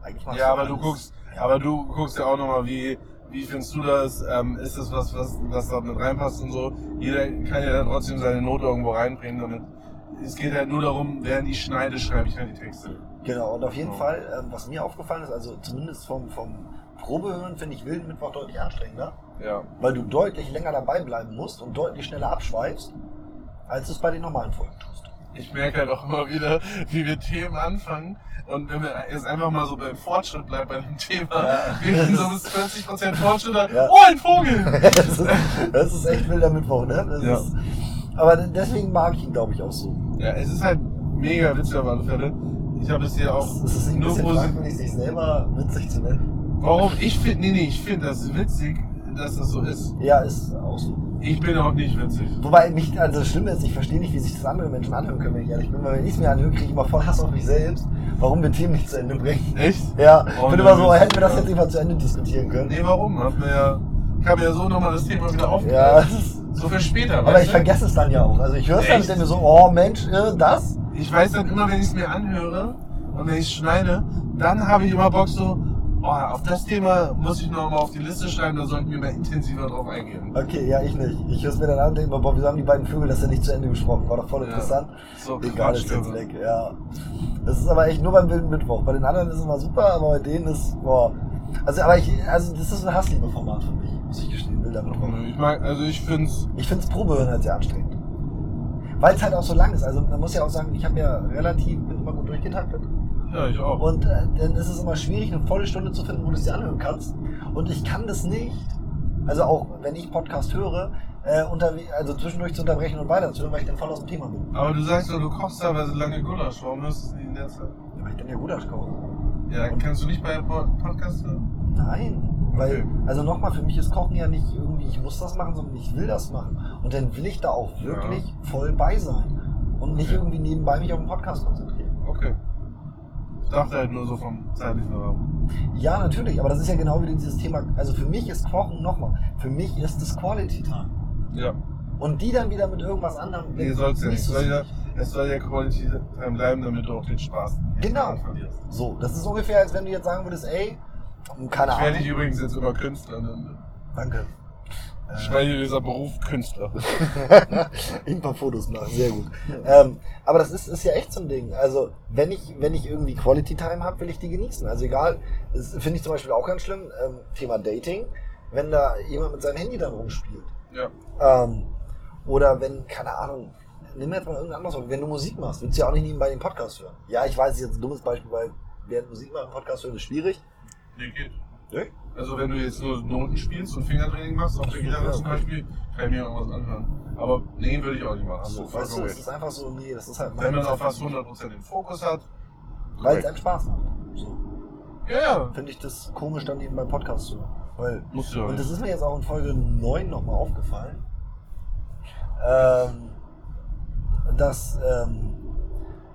A: Eigentlich machst
C: ja aber du
A: alles.
C: guckst, aber du guckst ja auch nochmal, wie, wie findest du das, ähm, ist das was, was, was da mit reinpasst und so. Jeder kann ja dann trotzdem seine Note irgendwo reinbringen damit. Es geht halt nur darum, während ich schneide, schreibe ich halt die Texte.
A: Genau, und auf jeden
C: Ja.
A: Fall, ähm, was mir aufgefallen ist, also zumindest vom, vom Probehören finde ich Wilden Mittwoch deutlich anstrengender,
C: Ja.
A: weil du deutlich länger dabei bleiben musst und deutlich schneller abschweifst, als du es bei den normalen Folgen tust.
C: Ich merke halt auch immer wieder, wie wir Themen anfangen und wenn wir jetzt einfach mal so beim Fortschritt bleiben bei dem Thema,
A: Ja.
C: wir sind so bis 40% Fortschritt, dann,
A: Ja.
C: oh, ein Vogel!
A: das, ist, das ist echt Wilder Mittwoch, ne? Das
C: Ja.
A: ist, aber de- deswegen mag ich ihn, glaube ich, auch so.
C: Ja, es ist halt mega witzig auf alle Fälle. Ich habe es hier auch
A: Es ist ein
C: nur
A: bisschen
C: positiv.
A: fragwürdig, sich selber witzig zu nennen.
C: Warum? Ich finde, nee, nee, ich finde das witzig, dass das so ist.
A: Ja, ist auch so.
C: Ich bin auch nicht witzig.
A: Wobei mich, also das Schlimme ist, ich verstehe nicht, wie sich das andere Menschen anhören können, wenn ich ehrlich bin, weil wenn ich es mir anhöre, kriege ich immer voll Hass auf mich selbst, warum wir Themen nicht zu Ende bringen.
C: Echt?
A: Ja,
C: Oh,
A: ich bin
C: ne,
A: immer so,
C: das-
A: hätten wir das
C: ja.
A: jetzt immer zu Ende diskutieren können.
C: Nee, warum? Hat mir ja, ich habe ja so nochmal das Thema wieder auf.
A: Ja, das ist-
C: So für später,
A: aber
C: weißt
A: ich
C: du?
A: vergesse es dann ja auch. Also ich höre es dann
C: Echt?
A: und denke mir so, oh Mensch, äh, das?
C: Ich weiß dann immer, wenn ich es mir anhöre und wenn ich schneide, dann habe ich immer Bock so, Oh, auf das Thema muss ich noch mal auf die Liste schreiben, da sollten wir mal intensiver drauf eingehen.
A: Okay, ja, ich nicht. Ich höre es mir dann an und denke mir, boah, wieso haben die beiden Vögel das ja nicht zu Ende gesprochen? War doch voll
C: Ja.
A: interessant.
C: So,
A: Egal, ist jetzt weg, ja. Das ist aber echt nur beim Wilden Mittwoch. Bei den anderen ist es immer super, aber bei denen ist, boah. Also, aber ich, also, das ist ein Hassliebe-Format für mich, muss ich gestehen, Wilder Mittwoch.
C: Ich mag, also ich finde es
A: Ich finde es Probehören halt sehr anstrengend. Weil es halt auch so lang ist. Also, man muss ja auch sagen, ich habe ja relativ, bin immer gut durchgetaktet.
C: Ja, ich auch.
A: Und äh, dann ist es immer schwierig, eine volle Stunde zu finden, wo du es dir anhören kannst. Und ich kann das nicht. Also auch wenn ich Podcast höre, äh, unterwe- also zwischendurch zu unterbrechen und weiterzuhören, weil ich dann voll aus dem Thema bin.
C: Aber du sagst doch, du kochst teilweise lange Gulasch. Warum hörst du es nicht in der Zeit?
A: Weil ich dann ja Gulasch koche.
C: Ja, kannst du nicht bei Pod- Podcasts hören?
A: Nein. Weil,
C: Okay.
A: also nochmal, für mich ist Kochen ja nicht irgendwie, ich muss das machen, sondern ich will das machen. Und dann will ich da auch
C: Ja.
A: wirklich voll bei sein. Und nicht
C: Okay.
A: irgendwie nebenbei mich auf den Podcast konzentrieren.
C: Okay. Ich dachte halt nur so vom zeitlichen Rahmen.
A: Ja, natürlich, aber das ist ja genau wieder dieses Thema. Also für mich ist Kochen nochmal, für mich ist es Quality Time.
C: Ja.
A: Und die dann wieder mit irgendwas anderem.
C: Nee, sollst du ja nicht.
A: so
C: Soll ja, es soll ja Quality Time bleiben, damit du auch den Spaß
A: Genau.
C: verlierst.
A: So, das ist ungefähr, als wenn du jetzt sagen würdest, ey, keine
C: Ich werde dich
A: Ahnung.
C: übrigens jetzt über Künstler nennen.
A: Danke. Äh,
C: Ich werde dieser Beruf Künstler.
A: ein paar Fotos machen, sehr gut. Ähm, aber das ist, ist ja echt so ein Ding. Also, wenn ich, wenn ich irgendwie Quality Time habe, will ich die genießen. Also egal, das finde ich zum Beispiel auch ganz schlimm, ähm, Thema Dating, wenn da jemand mit seinem Handy dann rumspielt.
C: Ja.
A: Ähm, oder wenn, keine Ahnung, nimm jetzt mal irgendein anderes Beispiel. Wenn du Musik machst, willst du ja auch nicht nebenbei den Podcast hören. Ja, ich weiß, das ist jetzt ein dummes Beispiel, weil während Musik machen, Podcast hören ist schwierig.
C: Nee, geht.
A: Nee?
C: Also wenn du jetzt nur Noten spielst und Fingertraining machst, auf der Gitarre
A: Ja,
C: zum
A: okay.
C: Beispiel, kann ich mir irgendwas anhören. Aber nee, würde ich auch nicht machen.
A: So,
C: So,
A: weißt du,
C: vollkommen
A: es
C: recht.
A: ist einfach so, nee, das ist halt
C: Wenn man auf was
A: weil
C: 100% den Fokus hat.
A: es einem Spaß macht. So,
C: Ja, ja.
A: finde ich das komisch, dann eben beim Podcast zu hören. Weil,
C: Musst du ja.
A: und
C: nicht.
A: das ist mir jetzt auch in Folge 9 nochmal aufgefallen, ähm, dass ähm,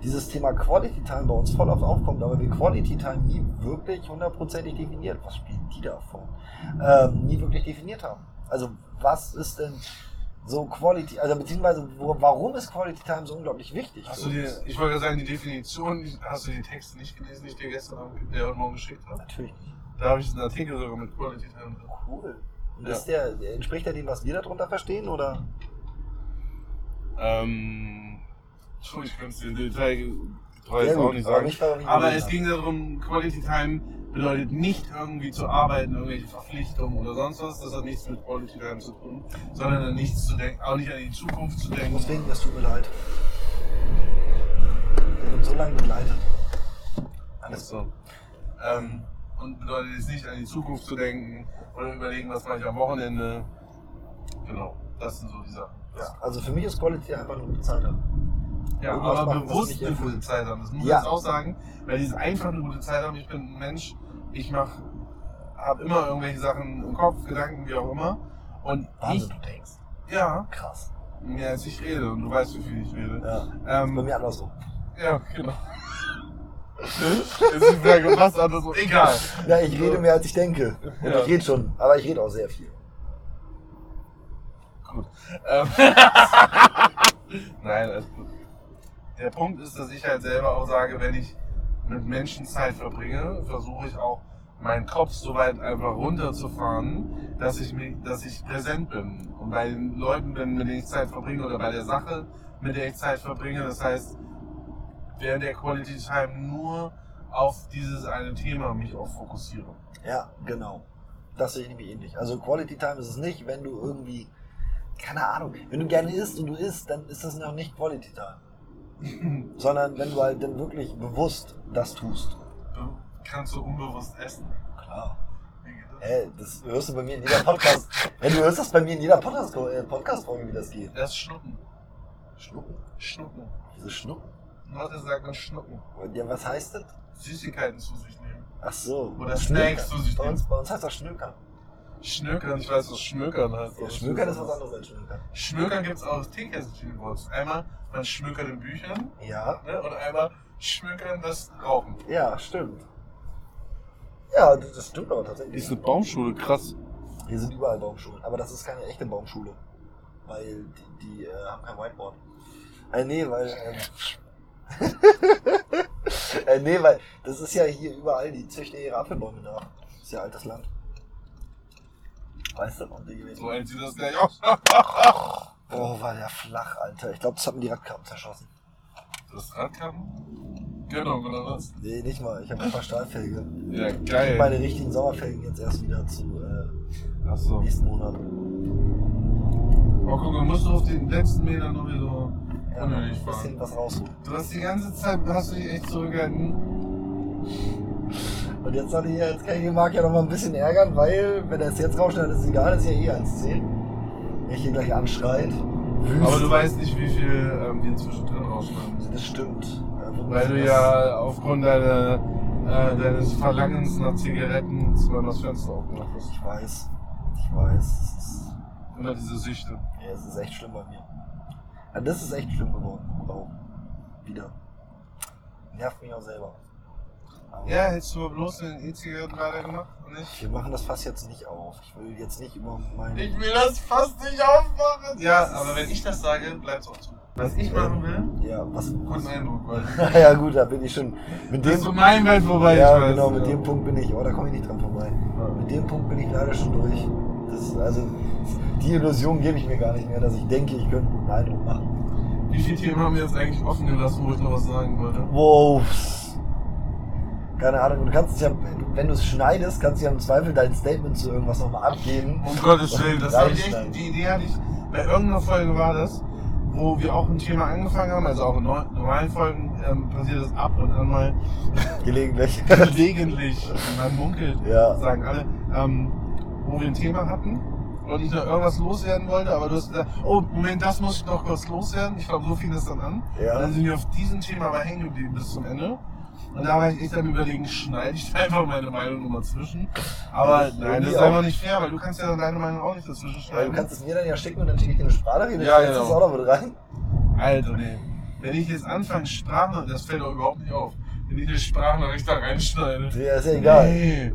A: dieses Thema Quality Time bei uns voll oft aufkommt, aber wir Quality Time nie wirklich hundertprozentig definiert. Was spielen die davon? Ähm, nie wirklich definiert haben. Also was ist denn so Quality, also beziehungsweise wo, warum ist Quality Time so unglaublich wichtig?
C: Hast
A: für
C: du dir,
A: uns?
C: ich wollte gerade sagen, die Definition, die- hast du die Texte nicht gelesen, die ich dir gestern Abend, äh, heute Morgen geschickt habe?
A: Natürlich.
C: Da habe ich einen Artikel sogar mit Quality Time drin.
A: Cool. Und
C: Ja.
A: ist der, entspricht er dem, was wir darunter verstehen? Oder?
C: Ähm, Entschuldigung, ich kann es dir im Detail getreu
A: Sehr
C: jetzt auch
A: gut,
C: nicht
A: aber
C: sagen.
A: mich war noch nicht
C: Aber
A: gewundert.
C: es ging darum, Quality Time bedeutet nicht irgendwie zu arbeiten, irgendwelche Verpflichtungen oder sonst was. Das hat nichts mit Quality Time zu tun, sondern an nichts zu denken, auch nicht an die Zukunft zu denken.
A: Deswegen, das tut mir leid. Wir haben so lange begleitet.
C: Alles so. Ähm, und bedeutet jetzt nicht an die Zukunft zu denken oder überlegen, was mache ich am Wochenende. Genau, das sind so die Sachen.
A: Ja, also für mich ist Quality einfach nur gute Zeit haben.
C: Ja,
A: Irgendwas
C: aber
A: machen, was
C: bewusst
A: mich
C: eine
A: erfüllt.
C: gute Zeit haben. Das muss
A: Ja.
C: ich jetzt auch sagen, weil dieses einfach eine gute Zeit haben. Ich bin ein Mensch, ich mach, habe immer irgendwelche Sachen im Kopf, Gedanken, wie auch immer. Und
A: Wahnsinn, du denkst.
C: ich, ja,
A: Krass.
C: mehr als ich rede und du weißt, wie viel ich rede.
A: Ja. Bei
C: Ähm,
A: mir andersrum.
C: ja, genau. Jetzt ist die Frage, was andersrum. Egal.
A: Ja, ich rede mehr als ich denke. Und
C: Ja.
A: ich rede schon, aber ich rede auch sehr viel.
C: Gut. Ähm, Nein, alles gut. Der Punkt ist, dass ich halt selber auch sage, wenn ich mit Menschen Zeit verbringe, versuche ich auch meinen Kopf so weit einfach runterzufahren, dass ich, mich, dass ich präsent bin und bei den Leuten bin, mit denen ich Zeit verbringe oder bei der Sache, mit der ich Zeit verbringe. Das heißt, während der Quality Time nur auf dieses eine Thema mich auch fokussiere.
A: Ja, genau. Das sehe ich nämlich ähnlich. Also Quality Time ist es nicht, wenn du irgendwie, keine Ahnung, wenn du gerne isst und du isst, dann ist das noch nicht Quality Time. Sondern wenn du halt dann wirklich bewusst das tust.
C: Du kannst so unbewusst essen.
A: Klar.
C: Wie geht das?
A: Hey, das hörst du bei mir in jeder Podcast. hey, du hörst das bei mir in jeder Podcast- äh, Podcast-Folge, wie das geht.
C: Das Schnucken.
A: Schnucken?
C: Schnucken.
A: Wieso Schnucken?
C: Leute sagt man Schnucken.
A: Ja, was heißt das?
C: Süßigkeiten zu sich nehmen.
A: Ach so. Schnökern.
C: Oder Snacks zu sich
A: Bei
C: nehmen.
A: uns, bei uns heißt das Schnökern.
C: Schnökern, ich weiß, was Schnökern heißt.
A: Ja, Schnökern ist was anderes als Schnökern.
C: Schnökern gibt es auch Teekesselchen-Wurz. Einmal man schmökert in Büchern
A: Ja.
C: ne? und einmal schmökern das Rauchen.
A: Ja, stimmt. Ja, das das stimmt aber tatsächlich.
C: eine Baumschule, krass.
A: Hier sind überall Baumschulen, aber das ist keine echte Baumschule. Weil die, die äh, haben kein Whiteboard. Äh, nee, weil. Ähm, äh, nee, weil das ist ja hier überall, die züchten ihre Apfelbäume nach. Ist ja altes Land. Weißt du, noch die gewesen.
C: So sieht das gleich aus.
A: Oh, war der flach, Alter. Ich glaube, das haben die Radkappen zerschossen.
C: Das Radkappen? Genau, oder was?
A: Nee, nicht mal. Ich habe ein paar Stahlfelge.
C: Ja,
A: Ich
C: geil.
A: hab meine richtigen Sommerfelgen jetzt erst wieder zu äh,
C: Achso.
A: nächsten Monat.
C: Oh, guck mal, musst du auf den letzten Metern noch wieder so
A: Ja,
C: unnötig
A: ein
C: fahren.
A: bisschen was rausholen.
C: Du hast die ganze Zeit, hast du dich echt zurückgehalten.
A: Und jetzt soll ich ja- jetzt kann ich den Marc ja noch mal ein bisschen ärgern, weil, wenn er es jetzt rausschneidet, ist es egal, ist ja eh 1,10. Wenn ich ihn gleich anschreit. Wüst. Also
C: Aber du weißt nicht, wie viel ähm, wir inzwischen drin rausschneiden.
A: Das stimmt. Ja, wir
C: Weil
A: müssen
C: du
A: das-
C: ja aufgrund deiner, äh, deines Verlangens nach Zigaretten zwar das Fenster aufgemacht hast.
A: Ich weiß. Ich weiß. Es ist,
C: Immer diese Süchte.
A: ja, es ist echt schlimm bei mir. Ja, das ist echt schlimm geworden. Auch wieder. Nervt mich auch selber. Aber
C: Ja, hättest du bloß den E-Zigaretten gerade gemacht und nicht?
A: Wir machen das Fass jetzt nicht auf. Ich will jetzt nicht über meinen.
C: Ich will das fast nicht aufmachen. Ja, aber wenn ich das sage, bleibt's auch zu. Was ich machen will,
A: Ja, was?
C: guten Eindruck, weil
A: ja, gut, da bin ich schon. Mit
C: das
A: dem.
C: ist so mein also Welt vorbei.
A: ja,
C: ich weiß.
A: genau, mit dem Punkt bin ich, oh, da komme ich nicht dran vorbei. Mit dem Punkt bin ich leider schon durch. Das ist, also, die Illusion gebe ich mir gar nicht mehr, dass ich denke, ich könnte einen guten Eindruck machen.
C: Wie viele Themen haben wir jetzt eigentlich offen gelassen, wo ich noch was sagen wollte?
A: Wow. Keine Ahnung, du kannst es ja, wenn du es schneidest, kannst du ja im Zweifel dein Statement zu irgendwas nochmal abgeben.
C: Um Gottes Willen, das habe ich
A: Reinschneiden.
C: echt, die Idee hatte ich, bei irgendeiner Folge war das, wo wir auch ein Thema angefangen haben, also auch in neu- normalen Folgen ähm, passiert das ab und an mal
A: Gelegentlich.
C: gelegentlich, man munkelt,
A: Ja.
C: sagen alle, ähm, wo wir ein Thema hatten und ich noch irgendwas loswerden wollte, aber du hast gesagt, oh Moment, das muss ich noch kurz loswerden. Ich glaube, so fing das dann an. Und
A: Ja.
C: dann sind wir auf diesem Thema aber hängen geblieben bis zum Ende. Und da war ich echt am überlegen, schneide ich da einfach meine Meinung nochmal zwischen. Aber nein, das ist einfach nicht fair, weil du kannst ja deine Meinung auch nicht dazwischen
A: Weil du
C: schneiden.
A: kannst es mir dann ja schicken und dann schicke ich dir eine Sprachnachricht, dann
C: Ja,
A: schneidest du
C: genau.
A: es auch noch mit rein.
C: Alter, Also, nee. Wenn ich jetzt anfange, Sprache, das fällt doch überhaupt nicht auf, wenn ich eine Sprachnachricht da reinschneide.
A: Ja, ist ja egal.
C: Nee.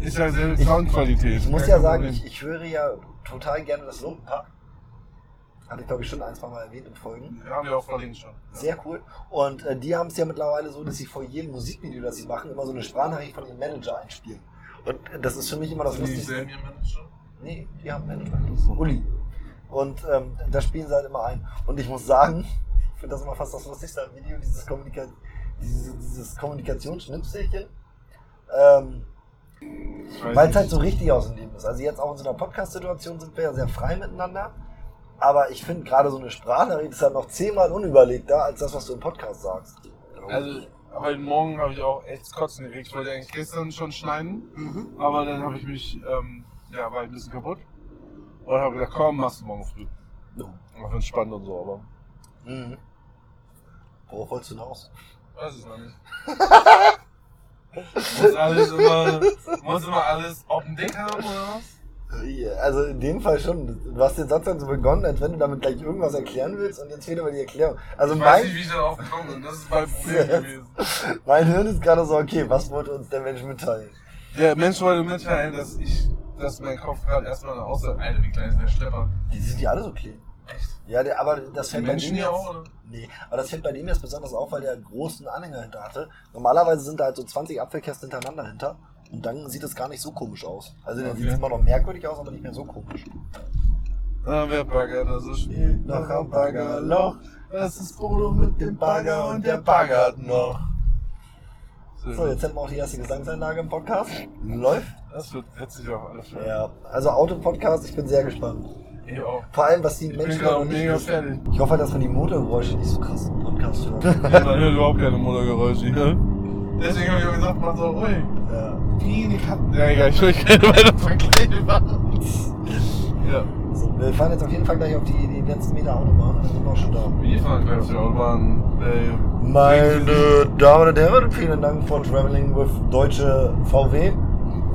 C: Ist ja selbe
A: Ich-
C: Soundqualität.
A: Ich muss
C: Gar
A: ja
C: kein
A: sagen,
C: Problem.
A: ich, ich höre ja total gerne das Lumpenpack. Hatte ich glaube ich schon ein, zwei Mal erwähnt in Folgen.
C: Ja, haben wir auch verlinkt schon. Ja.
A: Sehr cool. Und äh, die haben es ja mittlerweile so, dass sie vor jedem Musikvideo, das sie machen, immer so eine Sprachnachricht von ihrem Manager einspielen. Und äh, das ist für mich immer das
C: Sind die
A: Lustigste.
C: dieselben hier Manager?
A: Nee, die haben einen Manager. Uli. Und ähm, da spielen sie halt immer ein. Und ich muss sagen, ich finde das immer fast das Lustigste am Video, dieses, Kommunika dieses, dieses Kommunikationsschnipselchen. Ähm,
C: Ich weiß
A: weil es
C: nicht.
A: halt so richtig aus dem Leben ist. Also jetzt auch in so einer Podcast-Situation sind wir ja sehr frei miteinander. Aber ich finde gerade so eine Sprachnachricht ist halt noch zehnmal unüberlegter als das, was du im Podcast sagst.
C: Also, heute Morgen habe ich auch echt Kotzen gekriegt. Ich wollte eigentlich gestern schon schneiden,
A: Mhm.
C: aber dann habe ich mich, ähm, ja, war ein bisschen kaputt. Und habe gedacht, komm, machst du morgen früh. Mach entspannt und so, aber.
A: Mhm. Worauf wolltest du hinaus?
C: Weiß es noch nicht. muss, alles immer, muss immer alles auf dem Deck haben oder was?
A: Also in dem Fall schon. Du hast den Satz dann so begonnen, als wenn du damit gleich irgendwas erklären willst und jetzt fehlt aber die Erklärung. Also
C: Ich weiß
A: mein,
C: nicht, wie ich darauf gekommen bin. Das ist mein Problem gewesen.
A: mein Hirn ist gerade so, okay, was wollte uns der Mensch mitteilen?
C: Der Mensch wollte mitteilen, dass ich, dass mein Kopf gerade erstmal aussah. Alter, wie klein ist der Schlepper?
A: Die sind ja alle so clean.
C: Echt?
A: Ja, der, aber das
C: Die
A: fällt bei
C: Menschen
A: denen
C: hier
A: jetzt-
C: auch, oder?
A: Nee, aber das fällt bei dem jetzt besonders auf, weil der einen großen Anhänger hinter hatte. Normalerweise sind da halt so 20 Apfelkästen hintereinander hinter. Und dann sieht es gar nicht so komisch aus. Also dann
C: Okay.
A: sieht es immer noch merkwürdig aus, aber nicht mehr so komisch.
C: Na, wer baggert, also spielt noch am Baggerloch. Das ist Bodo mit dem Bagger und der baggert noch.
A: So, jetzt hätten wir auch die erste Gesangseinlage im Podcast. Läuft.
C: Das wird witzig auf alle Fälle.
A: Ja, also Autopodcast, ich bin sehr gespannt.
C: Ich auch.
A: Vor allem, was die
C: Ich bin
A: Menschen...
C: gerade
A: noch nicht
C: mega
A: wissen.
C: fertig.
A: Ich hoffe halt, dass man die Motorgeräusche nicht so krass im Podcast hört.
C: Man hört überhaupt keine Motorgeräusche hier. Deswegen habe ich auch gesagt, mach so ruhig.
A: ja.
C: Wie, die Katzen. Ja, egal, ich will keine weiteren Vergleiche machen. Ja.
A: so, wir fahren jetzt auf jeden Fall gleich auf die, die letzten Meter Autobahn. Dann sind wir auch schon da.
C: Wir fahren gleich auf die Autobahn. Äh, Ey.
A: Meine Damen und Herren, vielen Dank for traveling with Deutsche VW.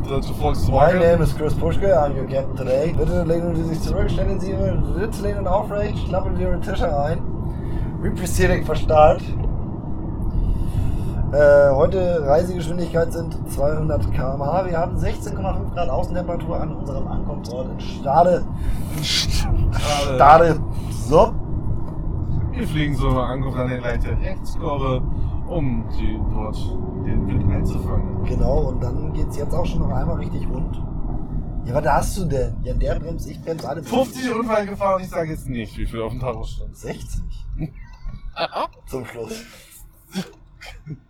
C: Dazu folgst du
A: My name is Chris Puschke, I'm your captain today. Bitte lehnen Sie sich zurück, stellen Sie Ihre Sitzlehnen aufrecht, klappen Sie Ihre Tische ein. Repressierung verstart. Äh, heute Reisegeschwindigkeit sind 200 km/h. Wir haben 16,5 Grad Außentemperatur an unserem Ankunftsort in Stade. Stade. So.
C: Äh, Wir fliegen so angefangen an der Leiter Rechtskurve um die, dort den Wind einzufangen.
A: Genau, und dann geht's jetzt auch schon noch einmal richtig rund. Ja, was hast du denn? Ja, der bremst, ich bremse alle.
C: 50 Unfallgefahr und ich sage jetzt nicht, wie viel auf dem Tacho stand.
A: 60. Zum Schluss.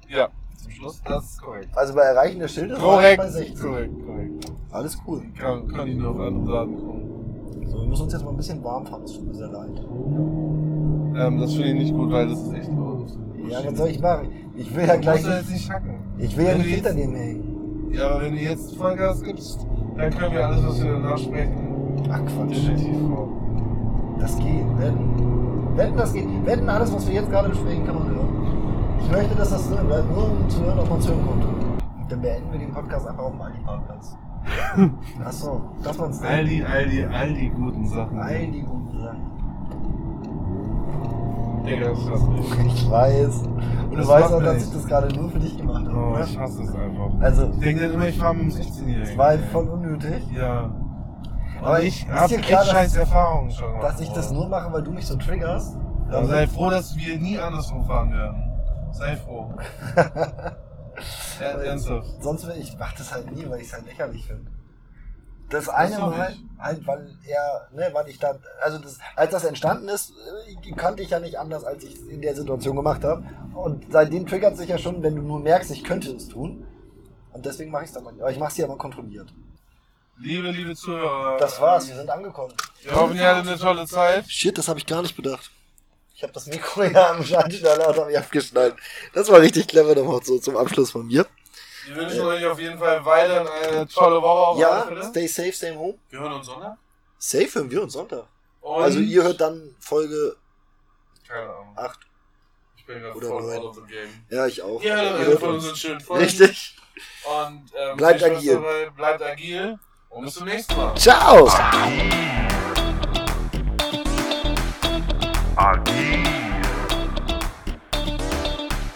C: Ja, zum Schluss, das ist korrekt.
A: Also bei Erreichen des Schildes war ich
C: Korrekt,
A: bei 60.
C: korrekt, korrekt.
A: Alles cool.
C: Kann, kann ich nur auf andere Daten kommen.
A: So, wir müssen uns jetzt mal ein bisschen warm fahren, es tut mir sehr leid.
C: Ähm, das finde ich nicht gut, weil das ist echt laut.
A: Ja, was soll ich machen? Ich will ja gleich.
C: Musst du jetzt nicht hacken.
A: Ich will ja
C: Wenn
A: nicht
C: du
A: hinter
C: jetzt-
A: dem hängen.
C: Ja, aber wenn du jetzt Vollgas gibst, dann können wir alles, was wir danach sprechen,
A: Ach Quatsch.
C: definitiv vor.
A: Das geht. Wenn, wenn das geht. Wenn alles, was wir jetzt gerade besprechen, kann man hören. Ich möchte, dass das drin bleibt, nur um zu hören, ob man es hören konnte. Dann beenden wir den Podcast einfach auf dem Aldi-Parkplatz. Achso, dass man es
C: All die, all die, all die guten Sachen.
A: All die guten Sachen.
C: Digga, das ist das nicht.
A: Ich weiß. Und du
C: Das
A: weißt
C: macht
A: auch,
C: man
A: dass
C: nicht.
A: ich das gerade nur für dich gemacht habe.
C: Oh,
A: ne?
C: ich hasse es einfach.
A: Also,
C: Ich denke dann immer, ich fahre mit dem 16-Jährigen.
A: es war voll unnötig,
C: Ja. Und
A: Aber
C: ich
A: ist
C: habe
A: dir
C: echt
A: klar, dass-
C: scheiß Erfahrungen schon gemacht.
A: dass ich das nur mache, weil du mich so triggerst.
C: Also sei froh, dass wir nie andersrum fahren werden. Sei froh. ja, ernsthaft.
A: Sonst will ich, mach das halt nie, weil ich es halt lächerlich finde. Das eine
C: glaub
A: Mal,
C: ich.
A: halt, weil er, ne, weil ich dann, also das, als das entstanden ist, äh, kannte ich ja nicht anders, als ich es in der Situation gemacht habe. Und seitdem triggert sich ja schon, wenn du nur merkst, ich könnte es tun. Und deswegen mache ich es dann mal. nicht. Aber ich mache es hier aber kontrolliert.
C: Liebe, liebe Zuhörer.
A: Das war's, wir sind angekommen.
C: Wir hoffen, ihr hattet eine tolle Zeit.
A: Shit, das habe ich gar nicht bedacht. Ich habe das Mikro ja am Schaltschnaller und habe mich abgeschnallt. Das war richtig clever nochmal so zum Abschluss von mir.
C: Wir wünschen euch auf jeden Fall weiterhin eine tolle Woche auf alle
A: Ja,
C: Fälle.
A: stay safe, stay home.
C: Wir hören uns Sonntag.
A: Safe hören wir uns Sonntag.
C: Und
A: Also ihr hört dann Folge
C: Keine Ahnung.
A: 8.
C: Ich bin gerade
A: oder
C: voll
A: neun.
C: out of the game.
A: Ja, ich auch.
C: Ihr hört
A: hört
C: also von
A: uns.
C: unseren schönen Folgen.
A: Richtig.
C: Und ähm,
A: Bleibt
C: viel Spaß
A: agil.
C: Dabei. Bleibt agil. Und bis zum nächsten Mal.
A: Ciao.
B: Adi.